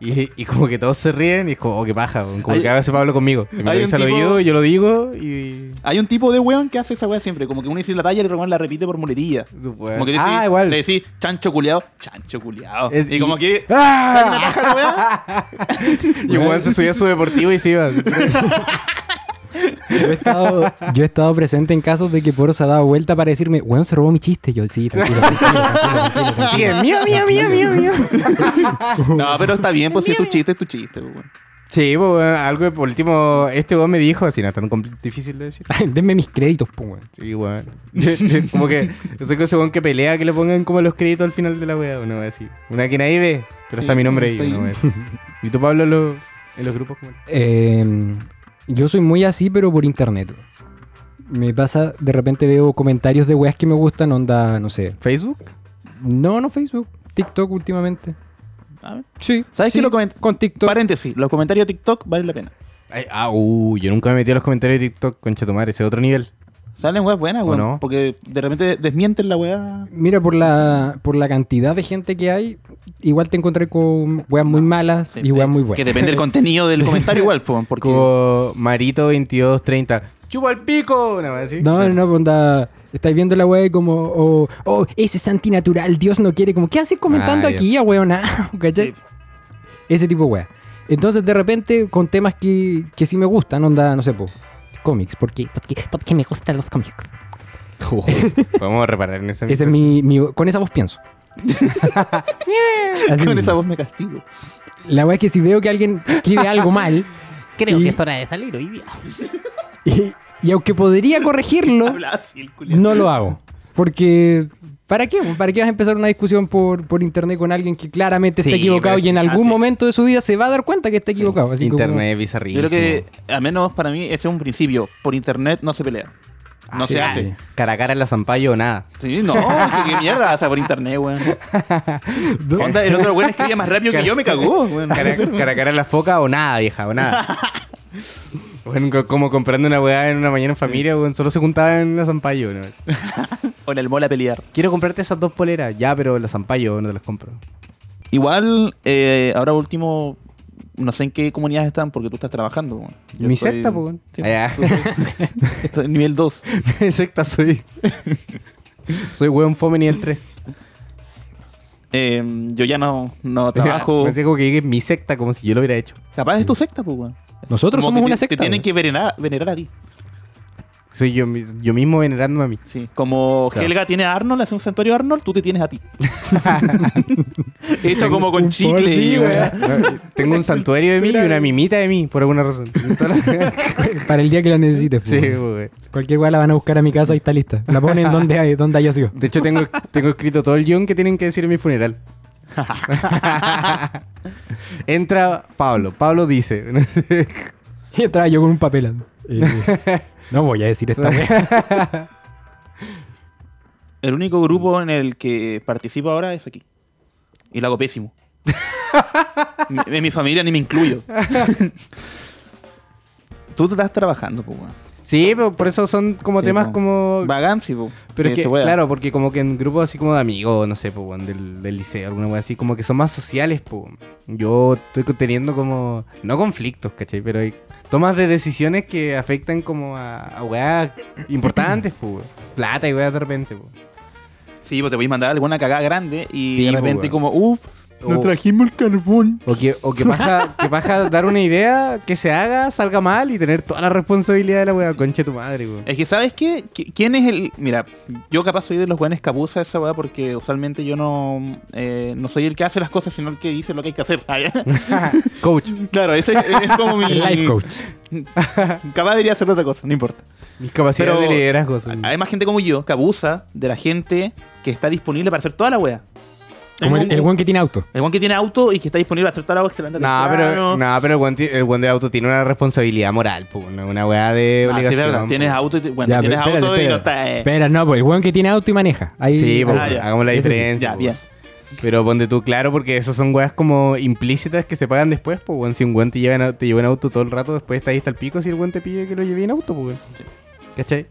Speaker 2: Y, y como que todos se ríen y es como, oh, qué paja, weón. como
Speaker 3: Hay-
Speaker 2: que a veces Pablo conmigo. Y me
Speaker 3: hay
Speaker 2: lo dice
Speaker 3: un
Speaker 2: al
Speaker 3: tipo-
Speaker 2: oído, yo lo digo y...
Speaker 3: Hay un tipo de weón que hace esa weá siempre, como que uno dice la talla y el otro weón la repite por muletilla. Como que
Speaker 2: ah,
Speaker 3: decís-
Speaker 2: igual.
Speaker 3: le decís chancho culeado, chancho culeado.
Speaker 2: Es-
Speaker 3: Y, como que
Speaker 2: ¡Ah!
Speaker 3: una paja la weá.
Speaker 2: Y un weón se subía a su deportivo y se iba.
Speaker 1: Yo he, estado, yo he estado presente en casos de que Poro se ha dado vuelta para decirme, weón, se robó mi chiste. Yo, sí, tranquilo, tranquilo, tranquilo, tranquilo, tranquilo".
Speaker 2: Así que, mío, mío, mío, mío, mío.
Speaker 3: No, pero está bien, pues si es tu chiste, es tu chiste, weón.
Speaker 2: Sí, pues, weón, algo que por último, este weón me dijo, así no es tan compl- difícil de decir.
Speaker 1: Denme mis créditos, po, weón.
Speaker 2: Sí, weón. como que, yo soy ese weón que pelea que le pongan como los créditos al final de la weá, una weá así. Una que nadie ve, pero
Speaker 3: Sí,
Speaker 2: está mi nombre ahí,
Speaker 3: está ahí.
Speaker 2: una weá así. ¿Y tú, Pablo, lo- en los grupos como
Speaker 1: Eh, yo soy muy así, pero por internet. weón. Me pasa, de repente veo comentarios de weas que me gustan, onda, no sé.
Speaker 2: Facebook?
Speaker 1: No, no Facebook, TikTok últimamente.
Speaker 3: A ver.
Speaker 1: Sí.
Speaker 3: ¿Sabes
Speaker 1: sí,
Speaker 3: qué? Lo coment-
Speaker 1: Con TikTok.
Speaker 3: Paréntesis, los comentarios de TikTok valen la pena.
Speaker 2: ah, uh, yo nunca me metí a los comentarios de TikTok, concha tu madre, ese es otro nivel.
Speaker 3: Salen weas buenas,
Speaker 2: ¿O
Speaker 3: weón.
Speaker 2: no?
Speaker 3: Porque de repente desmienten la wea.
Speaker 1: Mira, por la, por la cantidad de gente que hay, igual te encontré con weas muy malas y weas muy
Speaker 3: Que
Speaker 1: buenas.
Speaker 3: depende del contenido del comentario igual, po, porque
Speaker 2: Como Marito2230. ¡Chupa el pico! Una weá así.
Speaker 1: No, no, no, onda. Estáis viendo la wea y como, oh, oh, eso es antinatural, Dios no quiere. Como, ¿qué haces comentando
Speaker 2: Ah, ya.
Speaker 1: aquí, a weona? ¿Cachai?
Speaker 3: Sí.
Speaker 1: Ese tipo de wea. Entonces, de repente, con temas que, que sí me gustan, onda, no sé, po, cómics, porque, porque, porque me gustan los cómics.
Speaker 2: Podemos reparar en ese
Speaker 1: Ese es mi, mi- Con esa voz pienso. Así
Speaker 3: Con
Speaker 1: mismo.
Speaker 3: esa voz me castigo.
Speaker 1: La weá es que si veo que alguien escribe algo mal,
Speaker 4: Creo
Speaker 1: Y-
Speaker 4: que es hora de salir hoy día.
Speaker 1: y, y aunque podría corregirlo,
Speaker 3: Habla así el culiao.
Speaker 1: no lo hago. Porque, ¿para qué? ¿Para qué vas a empezar una discusión por, por internet con alguien que claramente
Speaker 2: Sí,
Speaker 1: está equivocado
Speaker 2: pero-
Speaker 1: y en algún
Speaker 3: ah, sí.
Speaker 1: momento de su vida se va a dar cuenta que está equivocado? Así como-
Speaker 2: Internet
Speaker 3: Yo
Speaker 2: bizarrísimo.
Speaker 3: creo que, al menos para mí, ese es un principio. Por internet no se pelea. No
Speaker 1: sí,
Speaker 3: se
Speaker 1: ah,
Speaker 3: hace.
Speaker 1: sí.
Speaker 2: Cara a cara en la Zampayo, nada.
Speaker 3: Sí, no, qué, qué mierda, o sea, por internet, weón. Onda, el otro weón escribía más rápido que yo, me cagó, weón.
Speaker 2: Cara, cara a cara en la foca o nada, vieja, o nada. Bueno, co- como comprando una weá en una mañana en familia, weón, solo se juntaban en la Zampayo. ¿no?
Speaker 3: O en el mall a pelear.
Speaker 2: Quiero comprarte esas dos poleras, ya, pero en la Zampayo no te las compro.
Speaker 3: Igual, eh, ahora último, no sé en qué comunidades están porque tú estás trabajando. weón. Yo
Speaker 2: Mi
Speaker 3: estoy-
Speaker 2: secta, po, weón.
Speaker 3: Sí,
Speaker 2: Ah, ya.
Speaker 3: estoy en nivel 2.
Speaker 2: Exacta soy. soy weón fome ni el 3.
Speaker 3: Eh, yo ya no, no trabajo.
Speaker 2: Me digo que llegue mi secta como si yo lo hubiera hecho.
Speaker 3: Capaz es tu secta, pues, weón.
Speaker 1: Nosotros
Speaker 3: Como
Speaker 1: somos
Speaker 3: que
Speaker 1: una
Speaker 3: te-
Speaker 1: secta.
Speaker 3: Te tienen
Speaker 1: weón.
Speaker 3: que venerar, venerar a ti.
Speaker 2: Soy yo, mi- yo mismo venerándome a mí.
Speaker 3: Sí. Como
Speaker 2: Claro.
Speaker 3: Helga tiene a Arnold, hace un santuario a Arnold, tú te tienes a ti. Hecho como con chicle.
Speaker 1: sí,
Speaker 3: weón.
Speaker 1: weón.
Speaker 2: No, Tengo un santuario de mí y una mimita de mí, por alguna razón.
Speaker 1: Para el día que la necesites.
Speaker 2: sí,
Speaker 1: pues.
Speaker 2: weón.
Speaker 1: Cualquier weá la van a buscar a mi casa y está lista. La ponen donde, hay- donde haya sido.
Speaker 2: De hecho, tengo, tengo escrito todo el guión que tienen que decir en mi funeral. Entra Pablo. Pablo dice.
Speaker 1: Y entraba yo con un papel. eh, no voy a decir esta weá.
Speaker 3: El único grupo en el que participo ahora es aquí. Y lo hago pésimo. Mi- En mi, familia ni me incluyo. Tú te estás trabajando, pues, weón.
Speaker 2: sí, pero por eso son como
Speaker 3: Sí,
Speaker 2: temas
Speaker 3: po.
Speaker 2: como.
Speaker 3: Vagancia, pues.
Speaker 2: Pero es
Speaker 3: se
Speaker 2: que,
Speaker 3: wea.
Speaker 2: claro, porque como que en grupos así como de amigos, no sé, po, weón, del, del liceo, alguna cosa así, como que son más sociales, po. Yo estoy teniendo como, no conflictos, ¿cachai? Pero hay tomas de decisiones que afectan como a, a weas importantes, po. weón. Plata y weas de repente, po.
Speaker 3: Sí, pues te voy a mandar alguna cagada grande y
Speaker 2: Sí,
Speaker 3: de
Speaker 2: po,
Speaker 3: repente
Speaker 2: weón.
Speaker 3: como, uff,
Speaker 2: O-
Speaker 3: trajimos el carbón.
Speaker 2: O que, o que baja, que baja dar una idea que se haga, salga mal y tener toda la responsabilidad de la weá. Conche tu madre, weón.
Speaker 3: Es que, ¿sabes qué? Qui- ¿Quién es el...? Mira, yo capaz soy de los buenos capuza esa weá porque usualmente yo no, eh, no soy el que hace las cosas, sino el que dice lo que hay que hacer. Ah, ya.
Speaker 2: Coach,
Speaker 3: claro, ese es como mi...
Speaker 1: El life coach.
Speaker 3: Capaz debería hacer otra cosa, no importa.
Speaker 2: mis capacidades
Speaker 3: Pero-
Speaker 2: de liderazgo son-
Speaker 3: Hay más gente como yo que abusa de la gente que está disponible para hacer toda la wea.
Speaker 1: Como el,
Speaker 3: Tengo
Speaker 1: el
Speaker 3: un-
Speaker 1: weón que tiene auto.
Speaker 3: el weón que tiene auto y que está disponible para hacer toda la wea que se levanta
Speaker 2: Nah,
Speaker 3: temprano.
Speaker 2: pero, nah, pero el buen, ti- el buen de auto tiene una responsabilidad moral, po, una, una weá de
Speaker 3: Ah, sí,
Speaker 2: obligación.
Speaker 3: verdad,
Speaker 2: po.
Speaker 3: Tienes auto y... te- Bueno,
Speaker 1: Ya,
Speaker 3: tienes
Speaker 1: pero espérate,
Speaker 3: auto y no
Speaker 1: espérate.
Speaker 3: está... eh.
Speaker 1: Espera, no, pues el weón que tiene auto y maneja. Ahí,
Speaker 2: Sí, po,
Speaker 1: ahí-
Speaker 3: Ah, ya.
Speaker 2: hagamos la
Speaker 1: Ese sí.
Speaker 2: diferencia.
Speaker 3: Ya,
Speaker 2: po.
Speaker 3: bien.
Speaker 2: Pero ponte tú claro, porque esas son weas como implícitas que se pagan después, pues, weón. Si un weón te lleva, en, au- te lleva en auto todo el rato, después está ahí hasta el pico si el weón te pide que lo lleve en auto, po, weón. ¿Cachai?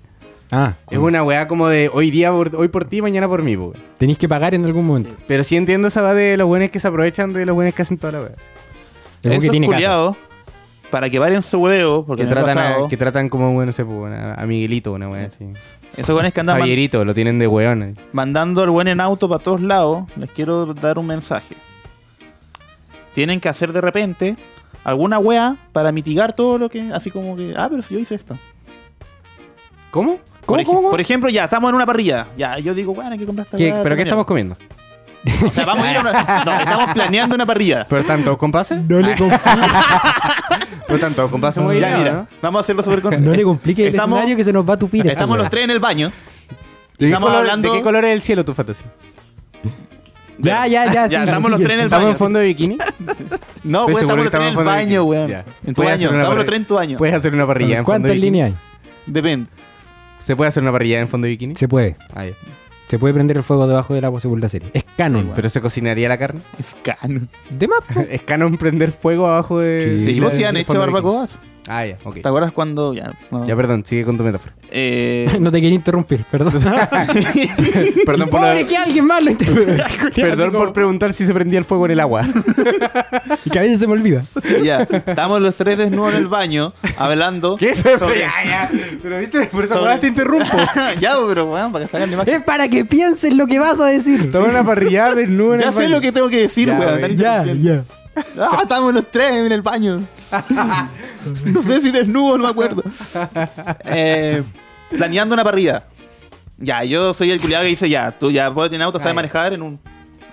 Speaker 1: Ah,
Speaker 2: Es una weá como de hoy día por, hoy por ti, mañana por mí, po, weón.
Speaker 1: tenéis que pagar en algún momento.
Speaker 2: Pero sí entiendo esa va de los buenos que se aprovechan de los buenos que hacen toda la weá.
Speaker 1: El weón que
Speaker 3: Esos
Speaker 1: tiene casa.
Speaker 3: culiados, para que valen su huevo, porque
Speaker 2: Que
Speaker 3: me ha
Speaker 2: tratan, a,
Speaker 3: pasado,
Speaker 2: que tratan como, bueno, no sé, po, a, a Miguelito, una weá así.
Speaker 3: esos weones que andan man-
Speaker 2: Javierito, lo tienen de weón. ahí.
Speaker 3: mandando al buen en auto para todos lados, les quiero dar un mensaje. Tienen que hacer de repente alguna wea para mitigar todo lo que. Así como que. Ah, pero si yo hice esto.
Speaker 2: ¿Cómo?
Speaker 3: por,
Speaker 2: ¿Cómo,
Speaker 3: ej-
Speaker 2: cómo, cómo?
Speaker 3: por ejemplo, ya estamos en una parrilla. Ya, yo digo, bueno, hay que comprar esta
Speaker 2: ¿Qué-
Speaker 3: wea,
Speaker 2: ¿Pero
Speaker 3: esta
Speaker 2: qué estamos
Speaker 3: mierda.
Speaker 2: comiendo?
Speaker 3: O sea, vamos a ir a una. No, estamos planeando una parrilla.
Speaker 2: ¿Pero están todos con pase?
Speaker 1: No le, compli-
Speaker 2: ¿Pero están todos con pase? muy
Speaker 3: Ya,
Speaker 2: bien,
Speaker 3: mira,
Speaker 2: ¿no?
Speaker 3: Vamos a hacerlo súper con-
Speaker 1: no le compliques el
Speaker 3: Estamos-
Speaker 1: escenario que se nos va a tupir. esta
Speaker 3: Estamos los
Speaker 1: weá.
Speaker 3: tres en el baño.
Speaker 2: ¿De qué,
Speaker 3: Estamos
Speaker 2: color,
Speaker 3: hablando-
Speaker 2: de qué color es el cielo tu fantasía?
Speaker 1: Ya, ya, ya.
Speaker 3: Ya,
Speaker 1: sí,
Speaker 3: estamos
Speaker 1: sí,
Speaker 3: los
Speaker 1: sí,
Speaker 3: tres en
Speaker 1: sí.
Speaker 3: el
Speaker 2: ¿Estamos
Speaker 3: baño.
Speaker 2: en fondo de bikini?
Speaker 3: No,
Speaker 2: Estoy seguro
Speaker 3: weón,
Speaker 2: que
Speaker 3: estamos los tres en el
Speaker 2: estamos en el
Speaker 3: baño,
Speaker 2: baño.
Speaker 3: weón.
Speaker 2: Ya.
Speaker 3: En tu
Speaker 2: Puedes hacer
Speaker 3: baño.
Speaker 2: una
Speaker 3: Estamos los
Speaker 2: parrilla.
Speaker 3: tres en tu baño.
Speaker 2: ¿Puedes hacer una parrilla en fondo de
Speaker 1: ¿Cuántas
Speaker 2: bikini?
Speaker 1: líneas hay?
Speaker 3: Depende.
Speaker 2: ¿Se puede hacer una parrilla en fondo de bikini?
Speaker 1: Se puede.
Speaker 2: Ah, ya.
Speaker 1: Se puede prender el fuego debajo del agua según la serie. Es canon. weón.
Speaker 2: ¿Pero se cocinaría la carne?
Speaker 3: Es canon.
Speaker 1: de más, po.
Speaker 2: ¿Es canon prender fuego abajo de...?
Speaker 1: Sí.
Speaker 3: Sí,
Speaker 2: de-
Speaker 3: vos sí han
Speaker 2: del
Speaker 3: hecho
Speaker 2: fondo de bikini?
Speaker 3: barbacoas.
Speaker 2: Ah, ya, ok.
Speaker 3: ¿Te acuerdas cuando.? Ya, no.
Speaker 2: Ya, perdón, sigue con tu metáfora.
Speaker 3: Eh,
Speaker 1: No te quería interrumpir, perdón.
Speaker 2: Perdón por,
Speaker 1: Pobre que alguien más lo interrumpió.
Speaker 2: perdón por preguntar si se prendía el fuego en el agua.
Speaker 1: Y que a veces se me olvida.
Speaker 3: ya, estamos los tres desnudos en el baño hablando. sobre-
Speaker 2: ya, ya. Pero viste, por
Speaker 3: Sobre-
Speaker 2: weá interrumpo.
Speaker 3: ya, pero weón, para que salgan la imagen.
Speaker 1: Es para que pienses lo que vas a decir.
Speaker 2: Toma una parrillada desnuda en
Speaker 3: Ya
Speaker 2: el
Speaker 3: sé
Speaker 2: baño.
Speaker 3: lo que tengo que decir,
Speaker 2: Ya,
Speaker 3: weón.
Speaker 2: güey.
Speaker 3: andar
Speaker 1: Ya,
Speaker 3: interrumpiendo.
Speaker 1: ya.
Speaker 3: Ah, estamos los tres en el baño. no sé si desnudo, no me acuerdo. Eh, planeando una parrilla. Ya, yo soy el culiado que dice ya, tú ya puedes tener auto, sabes
Speaker 2: Ay.
Speaker 3: manejar en un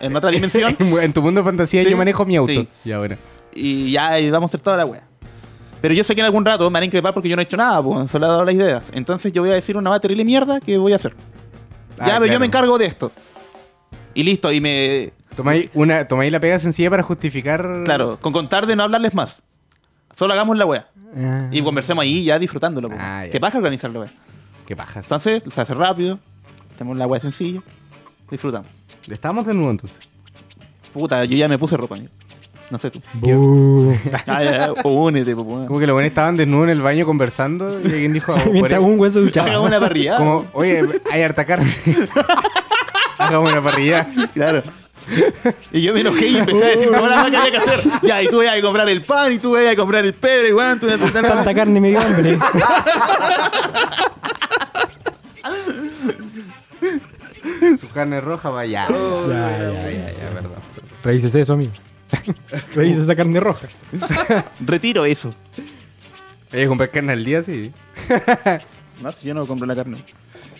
Speaker 3: en otra dimensión.
Speaker 2: en tu mundo de fantasía
Speaker 3: Sí.
Speaker 2: yo manejo mi auto.
Speaker 3: Sí.
Speaker 2: Ya, bueno.
Speaker 3: y ya y vamos a hacer toda la wea. Pero yo sé que en algún rato me van a increpar porque yo no he hecho nada, pues, solo he dado las ideas. Entonces yo voy a decir una va terrible mierda que voy a hacer.
Speaker 2: Ah,
Speaker 3: ya, pero yo
Speaker 2: claro.
Speaker 3: me encargo de esto. Y listo, y me.
Speaker 2: Tomáis, una, tomáis la pega sencilla para justificar.
Speaker 3: Claro, con contar de no hablarles más. Solo hagamos la wea.
Speaker 1: Ah.
Speaker 3: Y conversemos ahí ya disfrutándolo. pues.
Speaker 2: Ah, ya.
Speaker 3: Que pasa organizar la wea.
Speaker 2: Qué pajas.
Speaker 3: Entonces se hace rápido, tenemos la wea sencilla, disfrutamos.
Speaker 2: Estamos de nuevo entonces.
Speaker 3: Puta, yo ya me puse ropa, amigo. No sé tú.
Speaker 1: Buh.
Speaker 3: Ay, ay, ay, únete, pues, weón.
Speaker 2: Como que los buenos estaban desnudos en el baño conversando y alguien dijo. ah, por
Speaker 1: Mientras
Speaker 2: ahí-
Speaker 1: un hueso duchaba.
Speaker 3: Hagamos una parrillada.
Speaker 2: Como, oye, hay harta carne. Hagamos una parrilla.
Speaker 3: Claro. Y yo me enojé y empecé a decir todas las vacas había que hacer. Ya, y tú vayas a comprar el pan, y tú vayas a comprar el pebre, weón, tú vayas a comprar-
Speaker 1: Tanta carne me dio hambre.
Speaker 2: Su carne roja, vaya. Oh,
Speaker 1: ya, ya, ya, perdón. Revícese eso, amigo. Revícese esa carne roja.
Speaker 3: Retiro eso.
Speaker 2: Oye, comprar carne al día, sí.
Speaker 3: No, si yo no compro la carne.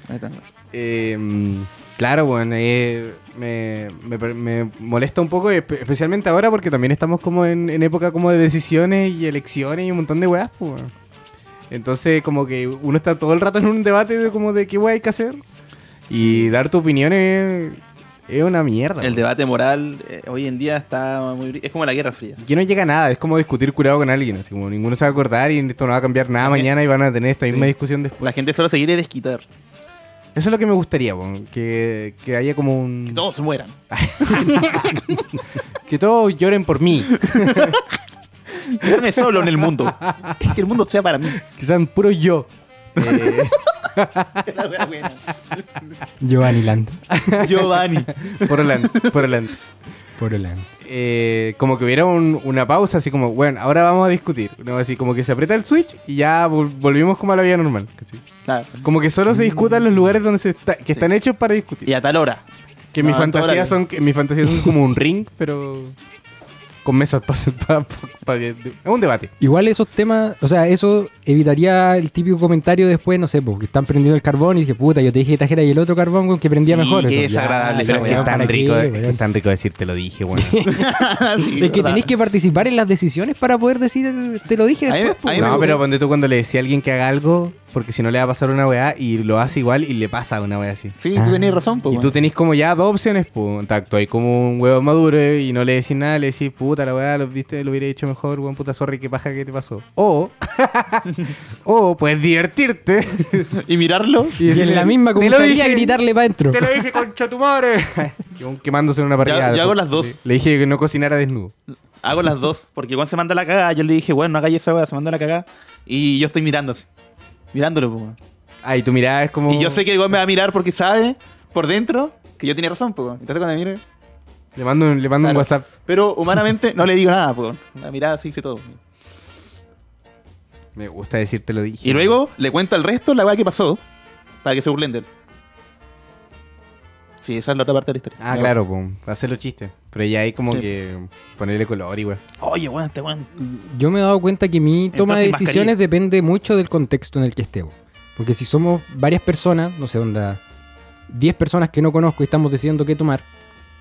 Speaker 3: Ahí está.
Speaker 2: Eh, claro, bueno, eh, me, me- me molesta un poco, espe- especialmente ahora porque también estamos como en, en época como de decisiones y elecciones y un montón de weas, pues, weón. Entonces, como que uno está todo el rato en un debate de como de qué wea hay que hacer. Y dar tu opinión es, es una mierda.
Speaker 3: El
Speaker 2: weón.
Speaker 3: debate moral eh, hoy en día está muy. Es como la Guerra Fría.
Speaker 2: Aquí no llega a nada, es como discutir curado con alguien, así como ninguno se va a acordar y esto no va a cambiar nada
Speaker 3: También.
Speaker 2: mañana y van a tener esta
Speaker 3: Sí.
Speaker 2: misma discusión después.
Speaker 3: La gente solo se quiere desquitar.
Speaker 2: Eso es lo que me gustaría, weón, que, que haya como un...
Speaker 3: Que todos mueran.
Speaker 2: Que todos lloren por mí.
Speaker 3: Quedarme solo en el mundo. Que el mundo sea para mí.
Speaker 2: que sean puro yo. Eh,
Speaker 3: La wea buena.
Speaker 1: Giovanni Land.
Speaker 3: Giovanni.
Speaker 2: por adelante, por adelante.
Speaker 1: Por Land.
Speaker 2: Eh, como que hubiera un- una pausa, así como, bueno, ahora vamos a discutir. ¿no? Así como que se aprieta el switch y ya vol- volvimos como a la vida normal. ¿cachai?
Speaker 3: Claro.
Speaker 2: Como que solo se discutan los lugares donde se está, que están hechos para discutir.
Speaker 3: Y a tal hora.
Speaker 2: Que mis
Speaker 3: Ah, en toda la
Speaker 2: fantasías
Speaker 3: vida.
Speaker 2: son, que mis fantasías son como un ring, pero con mesas para... es un debate.
Speaker 1: Igual esos temas, o sea, eso evitaría el típico comentario después, no sé, porque están prendiendo el carbón y dije, puta, yo te dije que trajera y el otro carbón con que prendía
Speaker 3: Sí,
Speaker 1: mejor.
Speaker 3: qué
Speaker 1: Entonces, ya,
Speaker 3: desagradable,
Speaker 1: ya,
Speaker 3: pero es que
Speaker 1: ya,
Speaker 3: es tan
Speaker 1: ¿para qué, weón?
Speaker 2: tan rico decir te lo dije, bueno.
Speaker 3: Ah, Sí,
Speaker 1: Es que
Speaker 3: ¿verdad?
Speaker 1: tenés que participar en las decisiones para poder decir, te lo dije
Speaker 3: A mí-
Speaker 1: después. po,
Speaker 3: a mí
Speaker 1: weón".
Speaker 3: me
Speaker 2: No,
Speaker 3: gusta-
Speaker 2: pero ponte tú cuando le decía a alguien que haga algo, porque si no le va a pasar una weá y lo hace igual y le pasa una weá así.
Speaker 3: Sí, tú tenés razón, pues.
Speaker 2: Y tú tenés como ya dos opciones, pues, tacto, hay como un huevo maduro eh, y no le decís nada, le decís, puta, la weá, lo, viste, lo hubiera hecho mejor, weón, puta, sorry, qué paja que te pasó. O, o puedes divertirte.
Speaker 3: Y mirarlo.
Speaker 1: Y en
Speaker 2: decirle,
Speaker 1: la misma
Speaker 2: "Te lo
Speaker 1: comisaría
Speaker 2: dije,
Speaker 1: gritarle para adentro.
Speaker 2: Te lo dije, concha tu madre. Y un quemándose en una parrilla.
Speaker 3: yo hago las dos.
Speaker 2: Le, le dije que no cocinara desnudo.
Speaker 3: Hago las dos, porque Juan se manda la cagada. Yo le dije, bueno, no hagáis esa weá, se manda la cagada. Y yo estoy mirando así. Mirándolo, po, weón.
Speaker 2: Ah, y tu mirada es como...
Speaker 3: Y yo sé que el weón me va a mirar porque sabe por dentro que yo tenía razón, po, weón. Entonces cuando me mire.
Speaker 2: Le mando, un- le mando
Speaker 3: claro.
Speaker 2: un WhatsApp.
Speaker 3: Pero humanamente no le digo nada, po, weón. La mirada sí dice todo.
Speaker 2: Me gusta decirte lo dije.
Speaker 3: Y luego le cuento al resto la weá que pasó para que se burlen de él. Sí, esa es la otra parte de la historia.
Speaker 2: Ah,
Speaker 3: Me
Speaker 2: claro, pum. Hacer los chistes. Pero ya hay como
Speaker 3: Sí.
Speaker 2: que ponerle color y weá.
Speaker 3: pasa. Oye, weón, este weón.
Speaker 1: Yo me he dado cuenta que mi toma
Speaker 3: Entonces,
Speaker 1: de decisiones
Speaker 3: mascarilla.
Speaker 1: depende mucho del contexto en el que estemos. Porque si somos varias personas, no sé, onda, 10 personas que no conozco y estamos decidiendo qué tomar,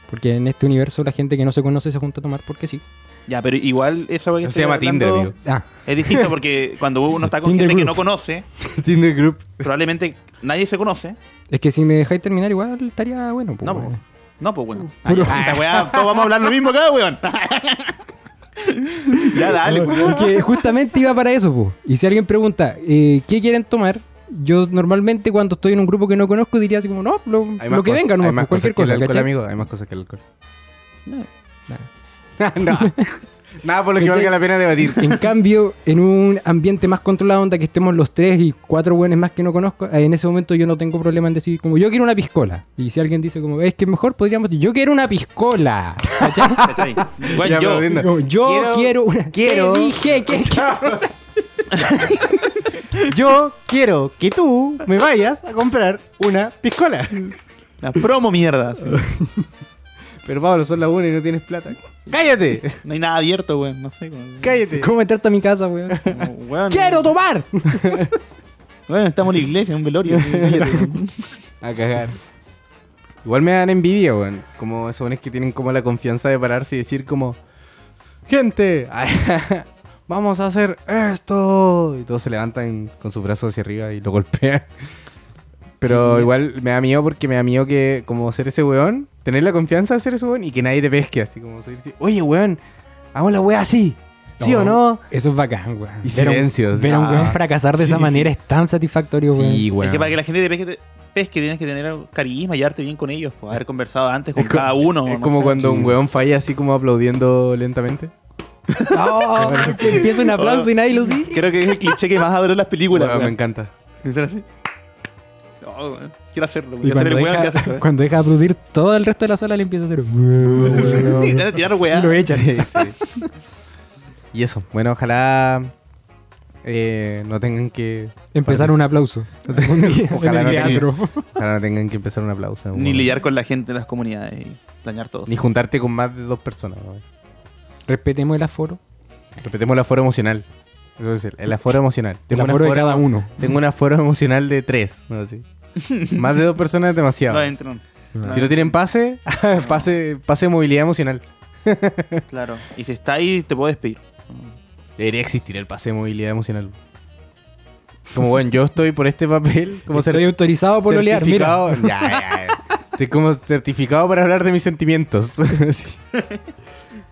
Speaker 1: porque en este universo la gente que no se conoce se junta a tomar porque sí.
Speaker 3: Ya, pero igual esa weá que
Speaker 2: Eso se llama
Speaker 3: estoy hablando
Speaker 2: Tinder, digo.
Speaker 1: Ah,
Speaker 3: Es distinto porque cuando uno está con
Speaker 1: Tinder
Speaker 3: gente que
Speaker 1: Group.
Speaker 3: no conoce,
Speaker 2: Tinder Group.
Speaker 3: probablemente nadie se conoce.
Speaker 1: es que si me dejáis terminar igual estaría bueno. po,
Speaker 3: No,
Speaker 1: weón.
Speaker 3: pues. No, pues, weón.
Speaker 1: Puro-
Speaker 3: Ah, esta weá, todos vamos a hablar lo mismo acá, weón. ya, dale,
Speaker 1: No,
Speaker 3: weón.
Speaker 1: Porque justamente iba para eso, po. Y si alguien pregunta, eh, ¿qué quieren tomar? Yo normalmente cuando estoy en un grupo que no conozco diría así como, no, lo, lo que venga, no, Pues cualquier cosa.
Speaker 2: que el alcohol,
Speaker 1: ¿cachai?
Speaker 2: amigo. Hay más cosas que el alcohol.
Speaker 3: No.
Speaker 2: no. Nada por lo que
Speaker 1: ¿Cachai?
Speaker 2: valga la pena debatir.
Speaker 1: En cambio, en un ambiente más controlado, onda que estemos los tres y cuatro buenos más que no conozco, eh, en ese momento yo no tengo problema en decir, como yo quiero una piscola. Y si alguien dice, como es que mejor podríamos decir, yo quiero una piscola. ¿Cachai?
Speaker 3: ¿Cachai? Weón,
Speaker 2: Ya, pero
Speaker 3: yo,
Speaker 2: entiendo.
Speaker 1: Como, yo
Speaker 2: Quiero-
Speaker 1: quiero, una.
Speaker 2: quiero-
Speaker 1: ¿Qué dije? ¿Qué- qué?
Speaker 2: Yo quiero que tú me vayas a comprar una piscola.
Speaker 3: la promo mierda. sí.
Speaker 2: Pero Pablo, son las una y no tienes plata. ¡Cállate!
Speaker 3: No hay nada abierto, weón. No sé. weón.
Speaker 2: ¡Cállate!
Speaker 1: ¿Cómo meterte a mi casa, weón?
Speaker 3: Como, weón,
Speaker 1: ¡Quiero tomar!
Speaker 3: Bueno, estamos en la iglesia, en un velorio. Cállate, weón.
Speaker 2: A cagar. Igual me dan envidia, weón. Como esos weones que tienen como la confianza de pararse y decir como... ¡Gente! ¡Vamos a hacer esto! Y todos se levantan con sus brazos hacia arriba y lo golpean. Pero
Speaker 1: Sí.
Speaker 2: igual me da miedo porque me da miedo que como ser ese weón, tener la confianza de ser ese weón y que nadie te pesque. Así como decir, oye weón, hagamos la wea así. ¿Sí o no?
Speaker 1: Eso es bacán, weón.
Speaker 2: Y
Speaker 1: Ver a un-
Speaker 2: silencios.
Speaker 1: Ver a un
Speaker 2: Ah.
Speaker 1: weón fracasar de
Speaker 2: Sí,
Speaker 1: esa
Speaker 2: sí.
Speaker 1: manera es tan satisfactorio, weón.
Speaker 2: Sí, weón.
Speaker 3: Es que para que la gente te pesque, te pesque, tienes que tener carisma y llevarte bien con ellos. Pues, haber conversado antes con
Speaker 2: Es co-
Speaker 3: cada uno.
Speaker 2: Es
Speaker 3: no
Speaker 2: como
Speaker 3: sé.
Speaker 2: cuando
Speaker 1: Sí.
Speaker 2: un weón falla así como aplaudiendo lentamente.
Speaker 1: Oh, que empieza un aplauso y nadie lo sigue.
Speaker 3: Creo que es el cliché que más adoro en las películas.
Speaker 2: Weón, me
Speaker 3: weón.
Speaker 2: encanta.
Speaker 3: ¿Será así? No, weón. quiero hacerlo.
Speaker 1: Y
Speaker 3: Quiero
Speaker 1: cuando
Speaker 3: hacer el weón que
Speaker 1: deja,
Speaker 3: hace eso. weón.
Speaker 1: cuando deja de aplaudir, todo el resto de la sala le empieza a hacer.
Speaker 3: Y
Speaker 1: y
Speaker 3: de tirar weá.
Speaker 1: lo echan.
Speaker 2: Sí. Y eso. Bueno, ojalá eh, no tengan que.
Speaker 1: Empezar un aplauso.
Speaker 2: Ojalá
Speaker 1: En el
Speaker 2: no tenga-
Speaker 1: teatro.
Speaker 2: Ojalá no tengan que empezar un aplauso.
Speaker 3: Ni
Speaker 2: weón.
Speaker 3: lidiar con la gente en las comunidades y dañar todos.
Speaker 2: Ni juntarte con más de dos personas. weón.
Speaker 1: Respetemos el aforo.
Speaker 2: Repetemos el aforo emocional. Eso es el- el aforo emocional.
Speaker 1: El
Speaker 2: un
Speaker 1: aforo de cada uno.
Speaker 2: Tengo un aforo emocional de tres. no sé. más de dos personas es demasiado.
Speaker 3: No entran.
Speaker 2: si no tienen pase, pase, pase de movilidad emocional.
Speaker 3: Claro. Y si está ahí, te puedo despedir.
Speaker 2: Debería existir el pase de movilidad emocional. Como bueno, yo estoy por este papel, como
Speaker 1: Estoy autorizado por olear, mira.
Speaker 2: certificado. Ya, ya, ya. Estoy como certificado para hablar de mis sentimientos. Sí.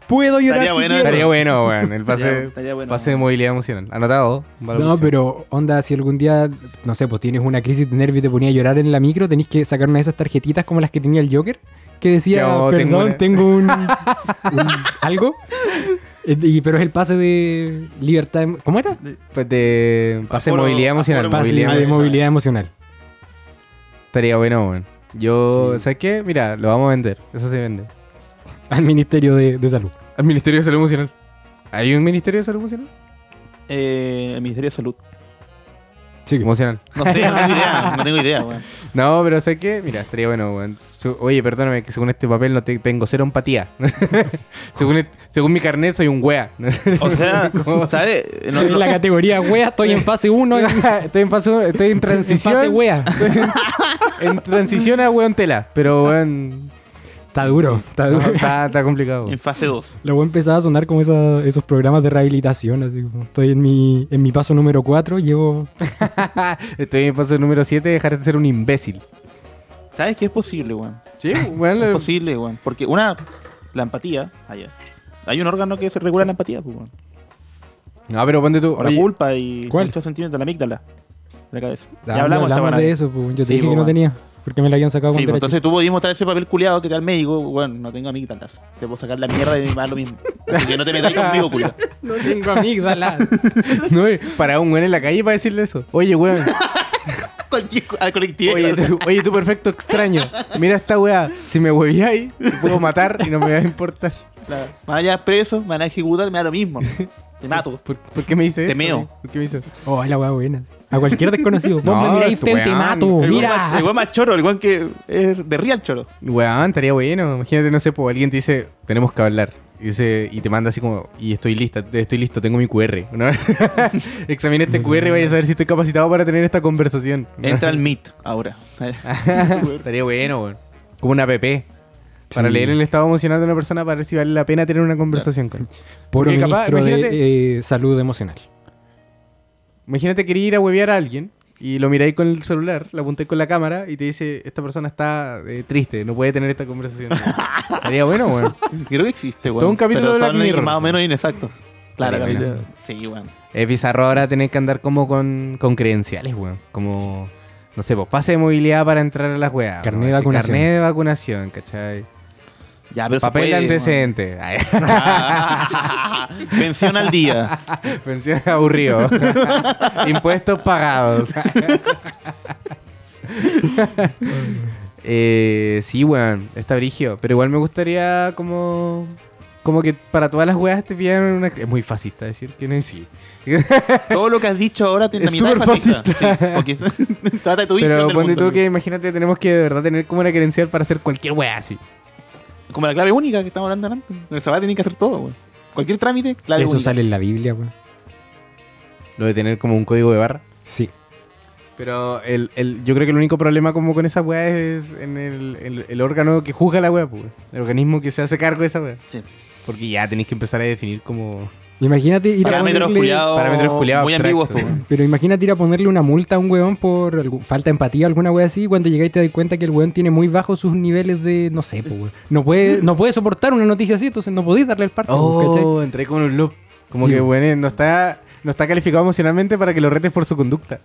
Speaker 1: Puedo llorar
Speaker 3: Estaría
Speaker 1: si
Speaker 3: bueno
Speaker 1: quiero.
Speaker 3: eso.
Speaker 2: Estaría bueno, weón. El pase,
Speaker 3: Estaría bueno.
Speaker 2: pase de movilidad emocional. Anotado. para la
Speaker 1: No,
Speaker 2: próxima.
Speaker 1: pero onda, si algún día, no sé, pues tienes una crisis de nervio y te ponía a llorar en la micro, tenés que sacar una de esas tarjetitas como las que tenía el Joker, que decía,
Speaker 2: Yo oh, tengo
Speaker 1: perdón,
Speaker 2: una-
Speaker 1: tengo, un, un algo, Eh, y- pero es el pase de libertad, em- ¿cómo era?
Speaker 2: Pues de pase de
Speaker 3: Aforo-
Speaker 2: movilidad emocional.
Speaker 3: aforo
Speaker 1: Pase
Speaker 2: movilidad
Speaker 1: de
Speaker 3: emocional.
Speaker 1: movilidad emocional.
Speaker 2: Estaría bueno, weón. Yo,
Speaker 1: Sí.
Speaker 2: ¿sabes qué? Mira, lo vamos a vender. Eso se vende.
Speaker 1: Al Ministerio de, de Salud.
Speaker 2: Al Ministerio de Salud Emocional. ¿Hay un Ministerio de Salud Emocional?
Speaker 3: Eh, el Ministerio de Salud.
Speaker 1: Sí,
Speaker 2: Emocional.
Speaker 3: No sé, no tengo idea. No tengo idea, weón.
Speaker 2: No, pero ¿sabes qué? Mira, estaría bueno, weón. Su- Oye, perdóname que según este papel no te- tengo cero empatía. según, et- según mi carnet soy un wea.
Speaker 3: O sea, ¿sabes? No,
Speaker 1: en
Speaker 3: no-
Speaker 1: la categoría wea, estoy en fase 1, en,
Speaker 2: estoy en paso, estoy en
Speaker 1: en
Speaker 2: transición.
Speaker 1: fase wea.
Speaker 2: en transición a weón tela. Pero weón.
Speaker 1: Está duro, está
Speaker 2: no,
Speaker 1: duro.
Speaker 2: está, está complicado.
Speaker 3: en
Speaker 2: weón.
Speaker 3: fase 2.
Speaker 1: La web empezaba a sonar como esa- esos programas de rehabilitación, así como estoy en mi, en mi paso número 4, llevo...
Speaker 2: Estoy en paso número 7, dejar de ser un imbécil.
Speaker 3: ¿Sabes qué es posible, weón?
Speaker 2: Sí, weón.
Speaker 3: Es
Speaker 1: Eh.
Speaker 2: lo-
Speaker 3: posible, weón. Porque una, la empatía, allá. Hay un órgano que se regula la empatía, pues, weón.
Speaker 2: No, Ah, pero ponte tú.
Speaker 3: O la
Speaker 2: oye,
Speaker 3: culpa y
Speaker 1: ¿Cuál?
Speaker 3: muchos sentimientos, la amígdala. De la cabeza.
Speaker 1: Ya
Speaker 3: ya hablamos,
Speaker 1: hablamos,
Speaker 3: esta
Speaker 1: de
Speaker 3: weá.
Speaker 1: eso, pues. yo te
Speaker 3: Sí,
Speaker 1: dije
Speaker 3: pues,
Speaker 1: que no
Speaker 3: bueno.
Speaker 1: tenía, porque me la habían sacado
Speaker 3: Sí,
Speaker 1: cuando
Speaker 3: pues,
Speaker 1: era
Speaker 3: entonces
Speaker 1: chico.
Speaker 3: tú podías mostrar ese papel culiado que te da el médico, bueno, no tengo amígdalas. Te puedo sacar la mierda y me va lo mismo. Así que no te metas conmigo, culiado.
Speaker 1: No tengo amígdalas.
Speaker 2: No, eh, para un weón en la calle para decirle eso. Oye, weón.
Speaker 3: Cualquier- Al colectivo.
Speaker 2: Oye, tú, oye, tú perfecto extraño. Mira esta weá. Si me huevíais, te puedo matar y no me va a importar.
Speaker 3: Claro. Van allá preso, me van a ejecutar, me da lo mismo. Te mato.
Speaker 2: ¿Por, por qué me dice
Speaker 3: Te
Speaker 2: eso?
Speaker 3: meo.
Speaker 2: ¿Por qué me dice eso?
Speaker 1: Oh, la weá buena. A cualquier desconocido. Vos
Speaker 2: No,
Speaker 1: me miráis
Speaker 2: tu
Speaker 1: frente, te
Speaker 2: weón.
Speaker 1: mato.
Speaker 3: El weón más- El
Speaker 1: Mira.
Speaker 3: weón más choro, el weón que es de real choro.
Speaker 2: Weón, estaría bueno. Imagínate, no sé, pues alguien te dice, tenemos que hablar. Y, dice, y te manda así como, y estoy lista, estoy listo, tengo mi QR. ¿no? Examina este QR y vaya a saber si estoy capacitado para tener esta conversación.
Speaker 3: Entra al Meet ahora.
Speaker 2: Estaría bueno, weón. Como una app. Para
Speaker 1: Sí.
Speaker 2: leer el estado emocional de una persona para ver si vale la pena tener una conversación con él.
Speaker 1: Puro
Speaker 2: Porque capaz,
Speaker 1: ministro de
Speaker 2: imagínate-
Speaker 1: eh, salud emocional.
Speaker 2: Imagínate querer ir a huevear a alguien y lo miráis con el celular, lo apuntáis con la cámara y te dice, esta persona está eh, triste, no puede tener esta conversación. Estaría bueno, weón.
Speaker 3: Creo que existe, weón.
Speaker 2: Todo un capítulo
Speaker 3: pero
Speaker 2: de Black
Speaker 3: son
Speaker 2: Mirror.
Speaker 3: Más o menos inexactos. Claro,
Speaker 2: Estaría
Speaker 3: capítulo.
Speaker 2: bueno.
Speaker 3: Sí, weón.
Speaker 2: Es bizarro ahora tener que andar como con, con credenciales, weón. Como, no sé, pues pase de movilidad para entrar a las weas.
Speaker 1: Carné
Speaker 2: ¿no?
Speaker 1: de
Speaker 2: Así,
Speaker 1: vacunación.
Speaker 2: Carné de vacunación, ¿cachai?
Speaker 3: Ya, pero
Speaker 2: Papel
Speaker 3: se puede,
Speaker 2: antecedente. Ay,
Speaker 3: weón. Ah, Pensión al día.
Speaker 2: Pensión aburrido. Impuestos pagados. Eh, sí, weón. Está brigio. Pero igual me gustaría como... Como que para todas las weas te pidieran una... Es muy fascista decir que no es sí.
Speaker 3: Todo lo que has dicho ahora tiene
Speaker 2: Es
Speaker 3: la mitad de
Speaker 2: súper
Speaker 3: fascista. Sí, porque es- trata de tu visión
Speaker 2: Pero
Speaker 3: del
Speaker 2: ponte
Speaker 3: mundo.
Speaker 2: tú que imagínate tenemos que de verdad tener como una credencial para hacer cualquier wea así.
Speaker 3: Como la clave única que estamos hablando antes. El Sabá tiene que hacer todo, weón. Cualquier trámite, clave
Speaker 1: Eso
Speaker 3: única.
Speaker 1: sale en la Biblia, weón.
Speaker 2: Lo de tener como un código de barra.
Speaker 1: Sí.
Speaker 2: Pero el, el, yo creo que el único problema como con esa weá es en el, el- el órgano que juzga la weá, pues, weón. El organismo que se hace cargo de esa weá.
Speaker 3: Sí.
Speaker 2: Porque ya tenéis que empezar a definir como...
Speaker 1: Imagínate ir a
Speaker 3: Parámetros
Speaker 1: ponerle-
Speaker 3: culiados.
Speaker 2: parámetros culiados
Speaker 3: Muy ambiguos,
Speaker 2: abstractos,
Speaker 3: pues,
Speaker 2: weón.
Speaker 3: weón.
Speaker 1: Pero imagínate ir a ponerle una multa a un weón por algún- falta de empatía o alguna wea así. y Cuando llegáis te das cuenta que el weón tiene muy bajos sus niveles de, no sé, po, weón. No puede, no puede soportar una noticia así, entonces no podéis darle el parte. weón, ¿cachai?
Speaker 2: Oh, entré como en un loop. Como
Speaker 1: Sí.
Speaker 2: que, bueno, eh, no está, no está calificado emocionalmente para que lo retes por su conducta.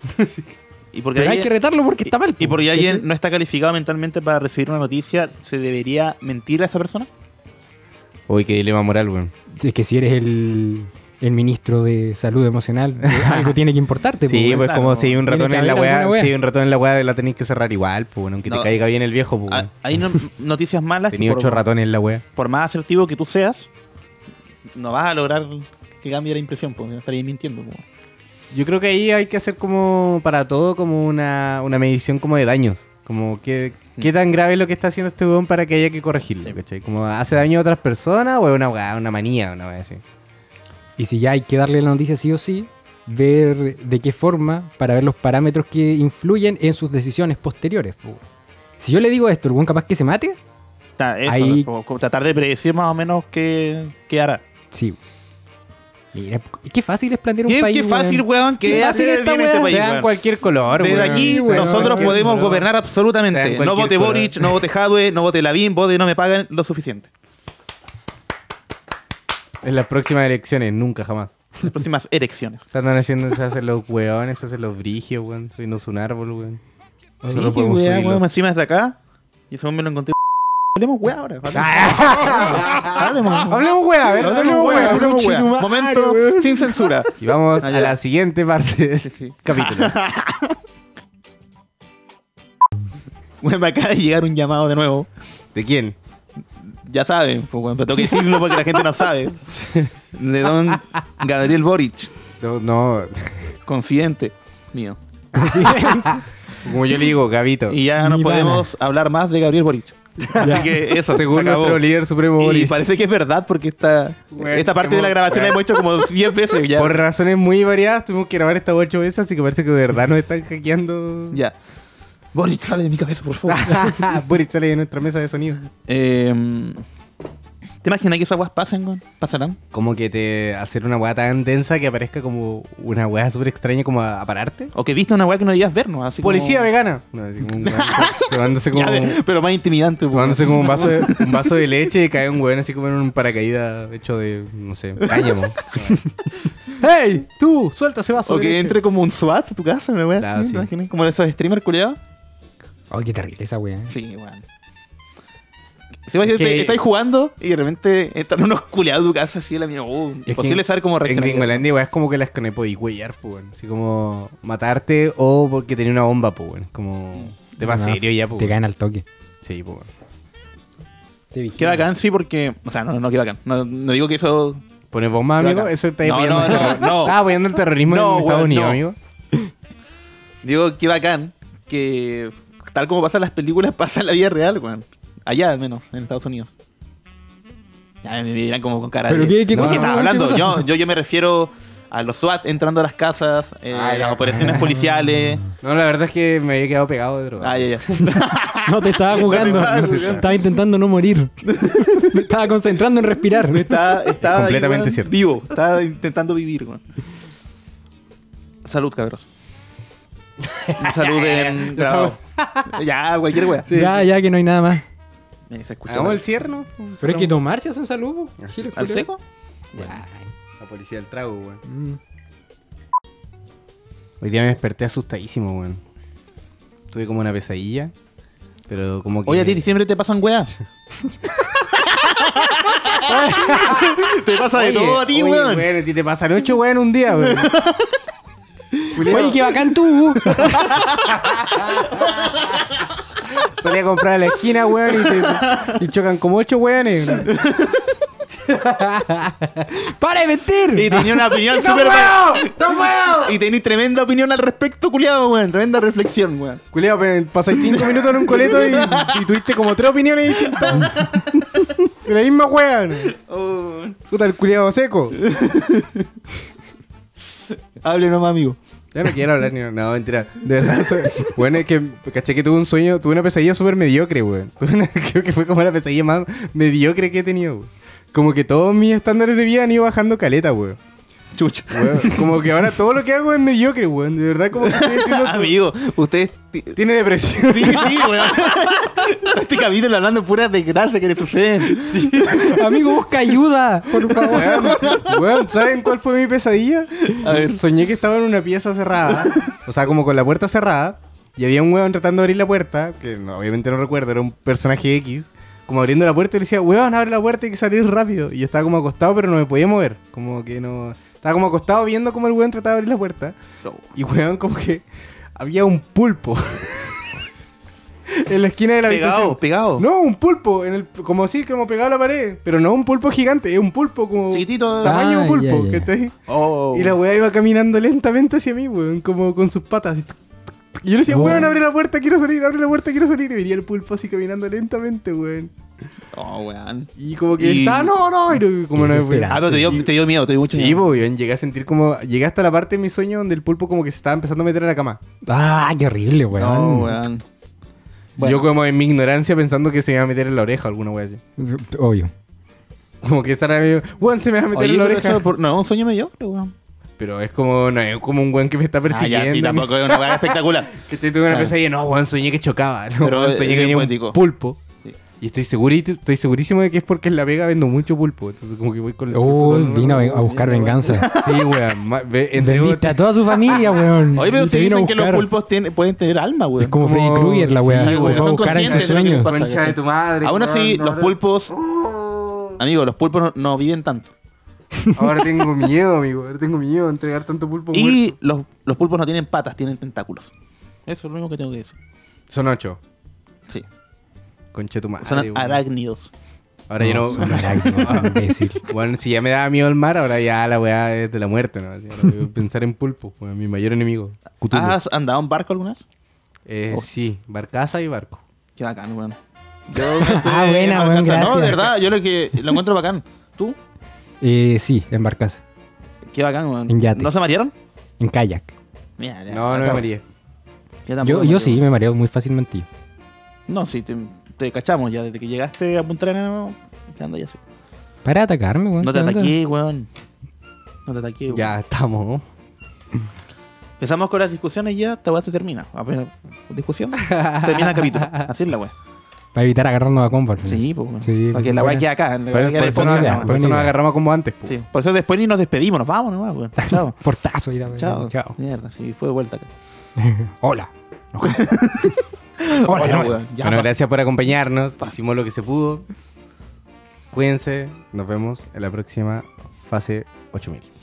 Speaker 3: Y porque
Speaker 1: Pero hay
Speaker 3: ahí-
Speaker 1: que retarlo porque está mal.
Speaker 3: Y
Speaker 1: po,
Speaker 3: porque
Speaker 1: ¿cachai?
Speaker 3: alguien no está calificado mentalmente para recibir una noticia, ¿se debería mentir a esa persona?
Speaker 2: Uy, qué dilema moral, weón.
Speaker 1: Es que si eres el, el ministro de salud emocional, eh, algo tiene que importarte. po,
Speaker 2: Sí,
Speaker 1: weón.
Speaker 2: pues
Speaker 3: claro.
Speaker 2: como si hay un
Speaker 1: Tiene
Speaker 2: ratón
Speaker 1: que
Speaker 2: en la
Speaker 1: haber
Speaker 2: weá,
Speaker 1: alguna weá.
Speaker 2: si hay un ratón en la weá, la tenéis que cerrar igual, pues, bueno, aunque te
Speaker 3: No.
Speaker 2: caiga bien el viejo, pues.
Speaker 3: Ah,
Speaker 2: bueno.
Speaker 3: Hay no- noticias malas que
Speaker 2: Tenía
Speaker 3: por,
Speaker 2: ocho ratones en la weá.
Speaker 3: por más asertivo que tú seas, no vas a lograr que cambie la impresión, porque no estarías mintiendo. pues. po.
Speaker 2: Yo creo que ahí hay que hacer como para todo como una, una medición como de daños. Como que, qué tan grave es lo que está haciendo este weón para que haya que corregirlo,
Speaker 3: Sí.
Speaker 2: ¿cachai? Como hace daño a otras personas o es una weá, una manía, una weá así.
Speaker 1: Y si ya hay que darle la noticia sí o sí, ver de qué forma para ver los parámetros que influyen en sus decisiones posteriores. po, weón. Si yo le digo esto, ¿el buen capaz que se mate?
Speaker 3: Ta- eso,
Speaker 1: Ahí-
Speaker 3: po, como tratar de predecir más o menos qué, qué hará.
Speaker 1: Sí. Mira, qué fácil es plantear un
Speaker 3: Qué,
Speaker 1: país.
Speaker 3: qué fácil,
Speaker 1: weón.
Speaker 3: weón, que
Speaker 1: Qué
Speaker 3: hace
Speaker 1: fácil
Speaker 3: el
Speaker 1: esta
Speaker 3: bien
Speaker 1: weá.
Speaker 3: este
Speaker 1: Oye,
Speaker 3: país,
Speaker 2: Sean
Speaker 3: weón.
Speaker 2: cualquier color,
Speaker 3: Desde
Speaker 2: weón.
Speaker 3: aquí
Speaker 1: Sí, weón,
Speaker 3: nosotros
Speaker 1: cualquier
Speaker 3: podemos
Speaker 2: color.
Speaker 3: gobernar
Speaker 2: Sean
Speaker 3: absolutamente. No
Speaker 2: cualquier
Speaker 3: vote
Speaker 2: color.
Speaker 3: Boric, no vote Jadwe, no vote Lavín, vote no me pagan lo suficiente.
Speaker 2: En las próximas elecciones, nunca jamás.
Speaker 3: Las próximas elecciones.
Speaker 2: Se andan haciendo, se hacen los weones, se hacen los brigios, weón. Subirnos un árbol, weón.
Speaker 3: Sí,
Speaker 2: Solo podemos
Speaker 3: weá,
Speaker 2: subirlo.
Speaker 3: weón, encima desde acá. Y según me lo encontré. Hablemos weá ahora.
Speaker 1: Ah,
Speaker 3: Hablemos.
Speaker 2: Hablemos weá, a ver,
Speaker 3: Hablemos
Speaker 2: hablemos
Speaker 3: weá,
Speaker 2: weá.
Speaker 3: hablemos weá.
Speaker 1: conchetumare,
Speaker 3: Momento
Speaker 1: weón.
Speaker 3: sin censura.
Speaker 2: Y vamos
Speaker 3: Ah,
Speaker 2: a
Speaker 3: ya.
Speaker 2: la siguiente parte del
Speaker 3: Sí, sí.
Speaker 2: capítulo.
Speaker 3: Weón, me acaba de llegar un llamado de nuevo.
Speaker 2: ¿De quién?
Speaker 3: Ya saben, pues, weón, pero tengo que decirlo porque la gente no sabe. De don Gabriel Boric,
Speaker 2: No, no,
Speaker 3: confidente mío.
Speaker 2: como yo le digo, Gabito.
Speaker 3: Y ya no
Speaker 1: Mi pana.
Speaker 3: podemos hablar más de Gabriel Boric. Así que eso,
Speaker 2: Según
Speaker 3: se acabó.
Speaker 2: nuestro líder supremo
Speaker 3: Y
Speaker 2: Boris.
Speaker 3: parece que es verdad porque esta,
Speaker 2: Weón,
Speaker 3: esta parte de la
Speaker 2: hemos-
Speaker 3: grabación la hemos hecho como 10 veces ya.
Speaker 2: Por razones muy variadas tuvimos que grabar estas ocho veces, así que parece que de verdad nos están hackeando.
Speaker 3: Ya. Boric, sale de mi cabeza, por favor.
Speaker 2: Boris sale de nuestra mesa de sonido.
Speaker 3: Eh, ¿Te imaginas que esas weas pasen, weón? ¿Pasarán?
Speaker 2: Como que te hacer una weá tan densa que aparezca como una weá súper extraña como a, a pararte.
Speaker 3: O que viste una wea que no debías ver, ¿no? Así como-
Speaker 2: Policía vegana. No, así como un weón tomándose como,
Speaker 3: Ya, de- Pero más intimidante, weón.
Speaker 2: tomándose como un vaso, de, un vaso de leche y cae un weón así como en un paracaídas hecho de, no sé, cáñamo. ¡Hey! ¡Tú! ¡Suelta ese vaso!
Speaker 3: O
Speaker 2: de
Speaker 3: que
Speaker 2: leche!
Speaker 3: entre como un SWAT a tu casa, una wea
Speaker 2: Claro,
Speaker 3: así,
Speaker 2: sí.
Speaker 3: ¿te imaginas? Como de esos streamers culiados.
Speaker 1: Oh, qué terrible esa weá. ¿eh?
Speaker 3: Sí, weón. Si vas a
Speaker 2: Es que-
Speaker 3: estáis jugando y de repente están unos culiados a tu casa así de la mierda. Oh,
Speaker 2: que
Speaker 3: imposible
Speaker 2: en-
Speaker 3: saber cómo
Speaker 2: En
Speaker 3: reaccionar.
Speaker 2: Gringolandia, weón, es como que las que no podéis huellar, pues, weón. Así como matarte o porque tenía una bomba, pues, weón. Es Como tema
Speaker 1: No,
Speaker 2: serio ya, pues.
Speaker 1: Te
Speaker 2: weón.
Speaker 1: caen al toque.
Speaker 2: Sí, pues, weón.
Speaker 3: Qué bacán, sí, porque. O sea, no, no, qué bacán. No, no digo que eso.
Speaker 2: ¿Pones bomba,
Speaker 3: Qué
Speaker 2: amigo?
Speaker 3: bacán.
Speaker 2: Eso está
Speaker 3: No,
Speaker 2: apoyando
Speaker 3: no,
Speaker 2: el
Speaker 3: no,
Speaker 2: terrorismo.
Speaker 3: no.
Speaker 2: Estás apoyando el terrorismo
Speaker 3: No,
Speaker 2: en Estados
Speaker 3: weón,
Speaker 2: Unidos,
Speaker 3: no.
Speaker 2: amigo.
Speaker 3: Digo, qué bacán que. Tal como pasan las películas, pasa en la vida real, weón. Allá, al menos, en Estados Unidos. Ya me miran como con cara
Speaker 1: ¿Pero
Speaker 3: de.
Speaker 1: qué- qué
Speaker 3: ¿de
Speaker 2: cosa,
Speaker 3: estás
Speaker 1: weón? ¿Qué
Speaker 3: hablando?
Speaker 1: cosa?
Speaker 3: Yo, yo, yo me refiero a los SWAT entrando a las casas, eh, las operaciones policiales.
Speaker 2: No, la verdad es que me había quedado pegado de droga.
Speaker 3: Ah, ya, ya.
Speaker 1: No te estaba jugando.
Speaker 3: estaba jugando.
Speaker 1: estaba intentando no morir. Me estaba concentrando en respirar.
Speaker 3: Está, está ahí,
Speaker 2: completamente
Speaker 3: weón,
Speaker 2: cierto.
Speaker 3: vivo. Está intentando vivir, weón. Salud, cabros. Salud en grabado. ya, cualquier weá.
Speaker 1: ya, ya que no hay nada más.
Speaker 3: Eh, Se escucha.
Speaker 2: Hagamos
Speaker 3: mal.
Speaker 2: el cierre, ¿no?
Speaker 1: Pero es que tomarse hacen salud. po. Giles,
Speaker 3: ¿Al
Speaker 1: culiao.
Speaker 3: seco?
Speaker 1: Ya.
Speaker 2: La policía del trago, weón.
Speaker 1: Mm.
Speaker 2: Hoy día me desperté asustadísimo, weón. Tuve como una pesadilla. Pero como que.
Speaker 3: Oye, a ti siempre te pasan weas. te pasa de
Speaker 2: Oye,
Speaker 3: todo a ti,
Speaker 2: oye,
Speaker 3: weón.
Speaker 2: A ti te pasan ocho, weón, en un día, weón.
Speaker 1: Oye, qué bacán tú.
Speaker 2: Salí a comprar a la esquina, weón, y, te- y chocan como ocho weones.
Speaker 1: ¡Para de
Speaker 3: Y
Speaker 1: mentir!
Speaker 3: tenía una opinión súper. Y tenía tremenda opinión al respecto, culiado, weón. Tremenda reflexión, weón.
Speaker 2: Culeado, pasáis cinco minutos en un coleto y, y tuviste como tres opiniones distintas. La misma weón.
Speaker 3: Oh.
Speaker 2: Puta, el culiado seco.
Speaker 3: Hable nomás, amigo.
Speaker 2: Ya no quiero hablar ni No, mentira. De verdad, soy- bueno, es que caché que tuve un sueño, tuve una pesadilla súper mediocre, weón. Tuve una- Creo que fue como la pesadilla más mediocre que he tenido, weón. Como que todos mis estándares de vida han ido bajando caleta, weón.
Speaker 3: Chucha.
Speaker 2: Weón, Como que ahora todo lo que hago es mediocre, weón. De verdad, como que estoy haciendo-
Speaker 3: Amigo, ustedes. ti-
Speaker 2: Tiene depresión.
Speaker 3: Sí, sí, weón. Este capítulo hablando pura desgracia que le suceden.
Speaker 1: Amigo, busca ayuda, por favor.
Speaker 2: Weón, weón, ¿saben cuál fue mi pesadilla?
Speaker 3: A ver.
Speaker 2: Soñé que estaba en una pieza cerrada, o sea, como con la puerta cerrada, y había un weón tratando de abrir la puerta, que no, obviamente no recuerdo, era un personaje X, como abriendo la puerta y le decía, weón, abre la puerta, hay que salir rápido. Y yo estaba como acostado, pero no me podía mover, como que no... Estaba como acostado viendo cómo el weón trataba de abrir la puerta, y weón, como que había un pulpo. En la esquina de la
Speaker 3: Pegado,
Speaker 2: habitación.
Speaker 3: pegado.
Speaker 2: No, un pulpo, en el, como así, como pegado a la pared. Pero no un pulpo gigante, es un pulpo como.
Speaker 3: Chiquitito.
Speaker 2: Tamaño
Speaker 1: Ah,
Speaker 2: un pulpo,
Speaker 1: ya, ya.
Speaker 2: ¿cachai?
Speaker 3: Oh.
Speaker 2: Y la weá iba caminando lentamente hacia mí, weón, como con sus patas. así, tuc, tuc, tuc. Y yo le decía,
Speaker 1: Oh.
Speaker 2: weón, abre la puerta, quiero salir, abre la puerta, quiero salir. Y venía el pulpo así caminando lentamente, weón.
Speaker 3: Oh, weón.
Speaker 2: Y como que
Speaker 3: Y-
Speaker 2: estaba, no, no, y no- como no me fui.
Speaker 1: Desesperado.
Speaker 3: Ah, pero te dio, te dio miedo, te dio mucho
Speaker 2: Sí,
Speaker 3: miedo.
Speaker 2: po, weón, llegué a sentir como. Llegué hasta la parte de mi sueño donde el pulpo como que se estaba empezando a meter a la cama.
Speaker 1: Ah, qué horrible, weón.
Speaker 3: No, weón.
Speaker 2: Yo como en mi ignorancia pensando que se iba a meter en la oreja alguna weá así.
Speaker 1: Obvio.
Speaker 2: Como que esa era mi. Weón, se me va a meter
Speaker 3: Oye,
Speaker 2: en la
Speaker 3: pero
Speaker 2: oreja.
Speaker 3: eso por- no, es un sueño mediocre, weón.
Speaker 2: Pero es como, no, es como un weón que me está
Speaker 3: Ah,
Speaker 2: persiguiendo.
Speaker 3: ya, sí, tampoco es una weá espectacular.
Speaker 2: Que estoy tuve una
Speaker 3: Claro.
Speaker 2: pesadilla, no, weón, soñé que chocaba. No,
Speaker 3: Pero
Speaker 2: weón,
Speaker 3: es
Speaker 2: soñé que
Speaker 3: bien
Speaker 2: venía
Speaker 3: poético.
Speaker 2: un pulpo.
Speaker 3: Sí.
Speaker 2: Y estoy segurito, estoy segurísimo de que es porque en La Vega vendo mucho pulpo. Entonces como que voy con el pulpo
Speaker 1: Oh,
Speaker 2: todo el
Speaker 1: vino a,
Speaker 2: rato,
Speaker 1: a buscar
Speaker 2: weón.
Speaker 1: venganza.
Speaker 2: Sí, weón. ma- ve- entre
Speaker 1: Vendiste a toda su familia, weón.
Speaker 3: Oye, pero
Speaker 1: Y
Speaker 3: si
Speaker 1: te vino a
Speaker 3: dicen que los
Speaker 1: buscar.
Speaker 3: pulpos tienen- pueden tener alma, weón.
Speaker 1: Es como Freddy
Speaker 2: Como-
Speaker 1: Krueger, la
Speaker 2: sí,
Speaker 1: weá.
Speaker 2: weón,
Speaker 1: Te fue a
Speaker 2: son
Speaker 1: buscar en tus
Speaker 3: conscientes de lo que les
Speaker 1: sueños.
Speaker 3: pasa.
Speaker 2: Concha de tu madre.
Speaker 3: Aún así,
Speaker 2: weón, no,
Speaker 3: los
Speaker 2: ahora-
Speaker 3: pulpos. Amigo, los pulpos no, no viven tanto.
Speaker 2: Ahora tengo miedo, amigo. Ahora tengo miedo de entregar tanto pulpo. muerto.
Speaker 3: Y los, los pulpos no tienen patas, tienen tentáculos. Eso es lo mismo que tengo que decir.
Speaker 2: Son ocho.
Speaker 3: Sí.
Speaker 2: Concha de tu madre.
Speaker 3: Son
Speaker 2: weón.
Speaker 3: arácnidos.
Speaker 2: Ahora yo no.
Speaker 1: Son arácnidos, imbécil.
Speaker 2: Bueno, si ya me daba miedo el mar, ahora ya la weá es de la muerte, ¿no? Así, ahora voy a pensar en pulpo, weón, mi mayor enemigo. Cthulhu.
Speaker 3: ¿Has andado en barco alguna vez?
Speaker 2: Eh,
Speaker 3: Ah, Oh.
Speaker 2: Sí, barcaza y barco.
Speaker 3: Qué bacán, weón. Yo estuve
Speaker 1: Ah,
Speaker 3: en
Speaker 1: buena,
Speaker 3: barcaza.
Speaker 1: weón,
Speaker 3: No,
Speaker 1: gracias.
Speaker 3: de verdad, yo lo que lo encuentro bacán. ¿Tú?
Speaker 1: Eh, sí, en barcaza.
Speaker 3: Qué bacán, weón.
Speaker 1: En yate.
Speaker 3: ¿No se marearon?
Speaker 1: En kayak.
Speaker 3: Mira, ya,
Speaker 2: No, no me
Speaker 3: acá-
Speaker 2: maría.
Speaker 3: tampoco
Speaker 1: Yo,
Speaker 3: me mareo.
Speaker 1: yo sí, me mareo muy fácilmente.
Speaker 3: No, sí, te, te cachamos ya. Desde que llegaste a Punta Arenas, te ando ya así.
Speaker 1: Para de atacarme, weón.
Speaker 3: No te
Speaker 1: ¿qué onda?
Speaker 3: ataqué, weón. No te ataqué, weón.
Speaker 2: Ya estamos, ¿no?
Speaker 3: Empezamos con las discusiones y ya, esta weá se termina. Apenas discusión, termina el capítulo. Así es la weá.
Speaker 1: Para evitar agarrarnos a compas.
Speaker 3: Sí, pues weón.
Speaker 1: Sí,
Speaker 3: Para que la
Speaker 1: buena.
Speaker 3: weá quede acá. la
Speaker 2: Por
Speaker 3: weá
Speaker 2: eso,
Speaker 3: quede
Speaker 2: por
Speaker 3: en el
Speaker 2: eso
Speaker 1: buena
Speaker 2: nos,
Speaker 1: idea,
Speaker 3: podcast, no,
Speaker 2: agarra-
Speaker 3: weón.
Speaker 2: por eso
Speaker 1: buena
Speaker 2: nos
Speaker 1: idea.
Speaker 2: agarramos como antes, po.
Speaker 3: Sí, por eso después ni nos despedimos, nos vamos nomás, weón. Chao.
Speaker 1: Portazo, ir a-
Speaker 3: Chao.
Speaker 1: Chao.
Speaker 3: Mierda, sí, fue de vuelta acá.
Speaker 1: Hola. Hola,
Speaker 3: Hola,
Speaker 1: hola.
Speaker 3: weón. Ya
Speaker 2: bueno,
Speaker 3: pasa.
Speaker 2: gracias por acompañarnos. Hicimos lo que se pudo. Cuídense. Nos vemos en la próxima fase 8000.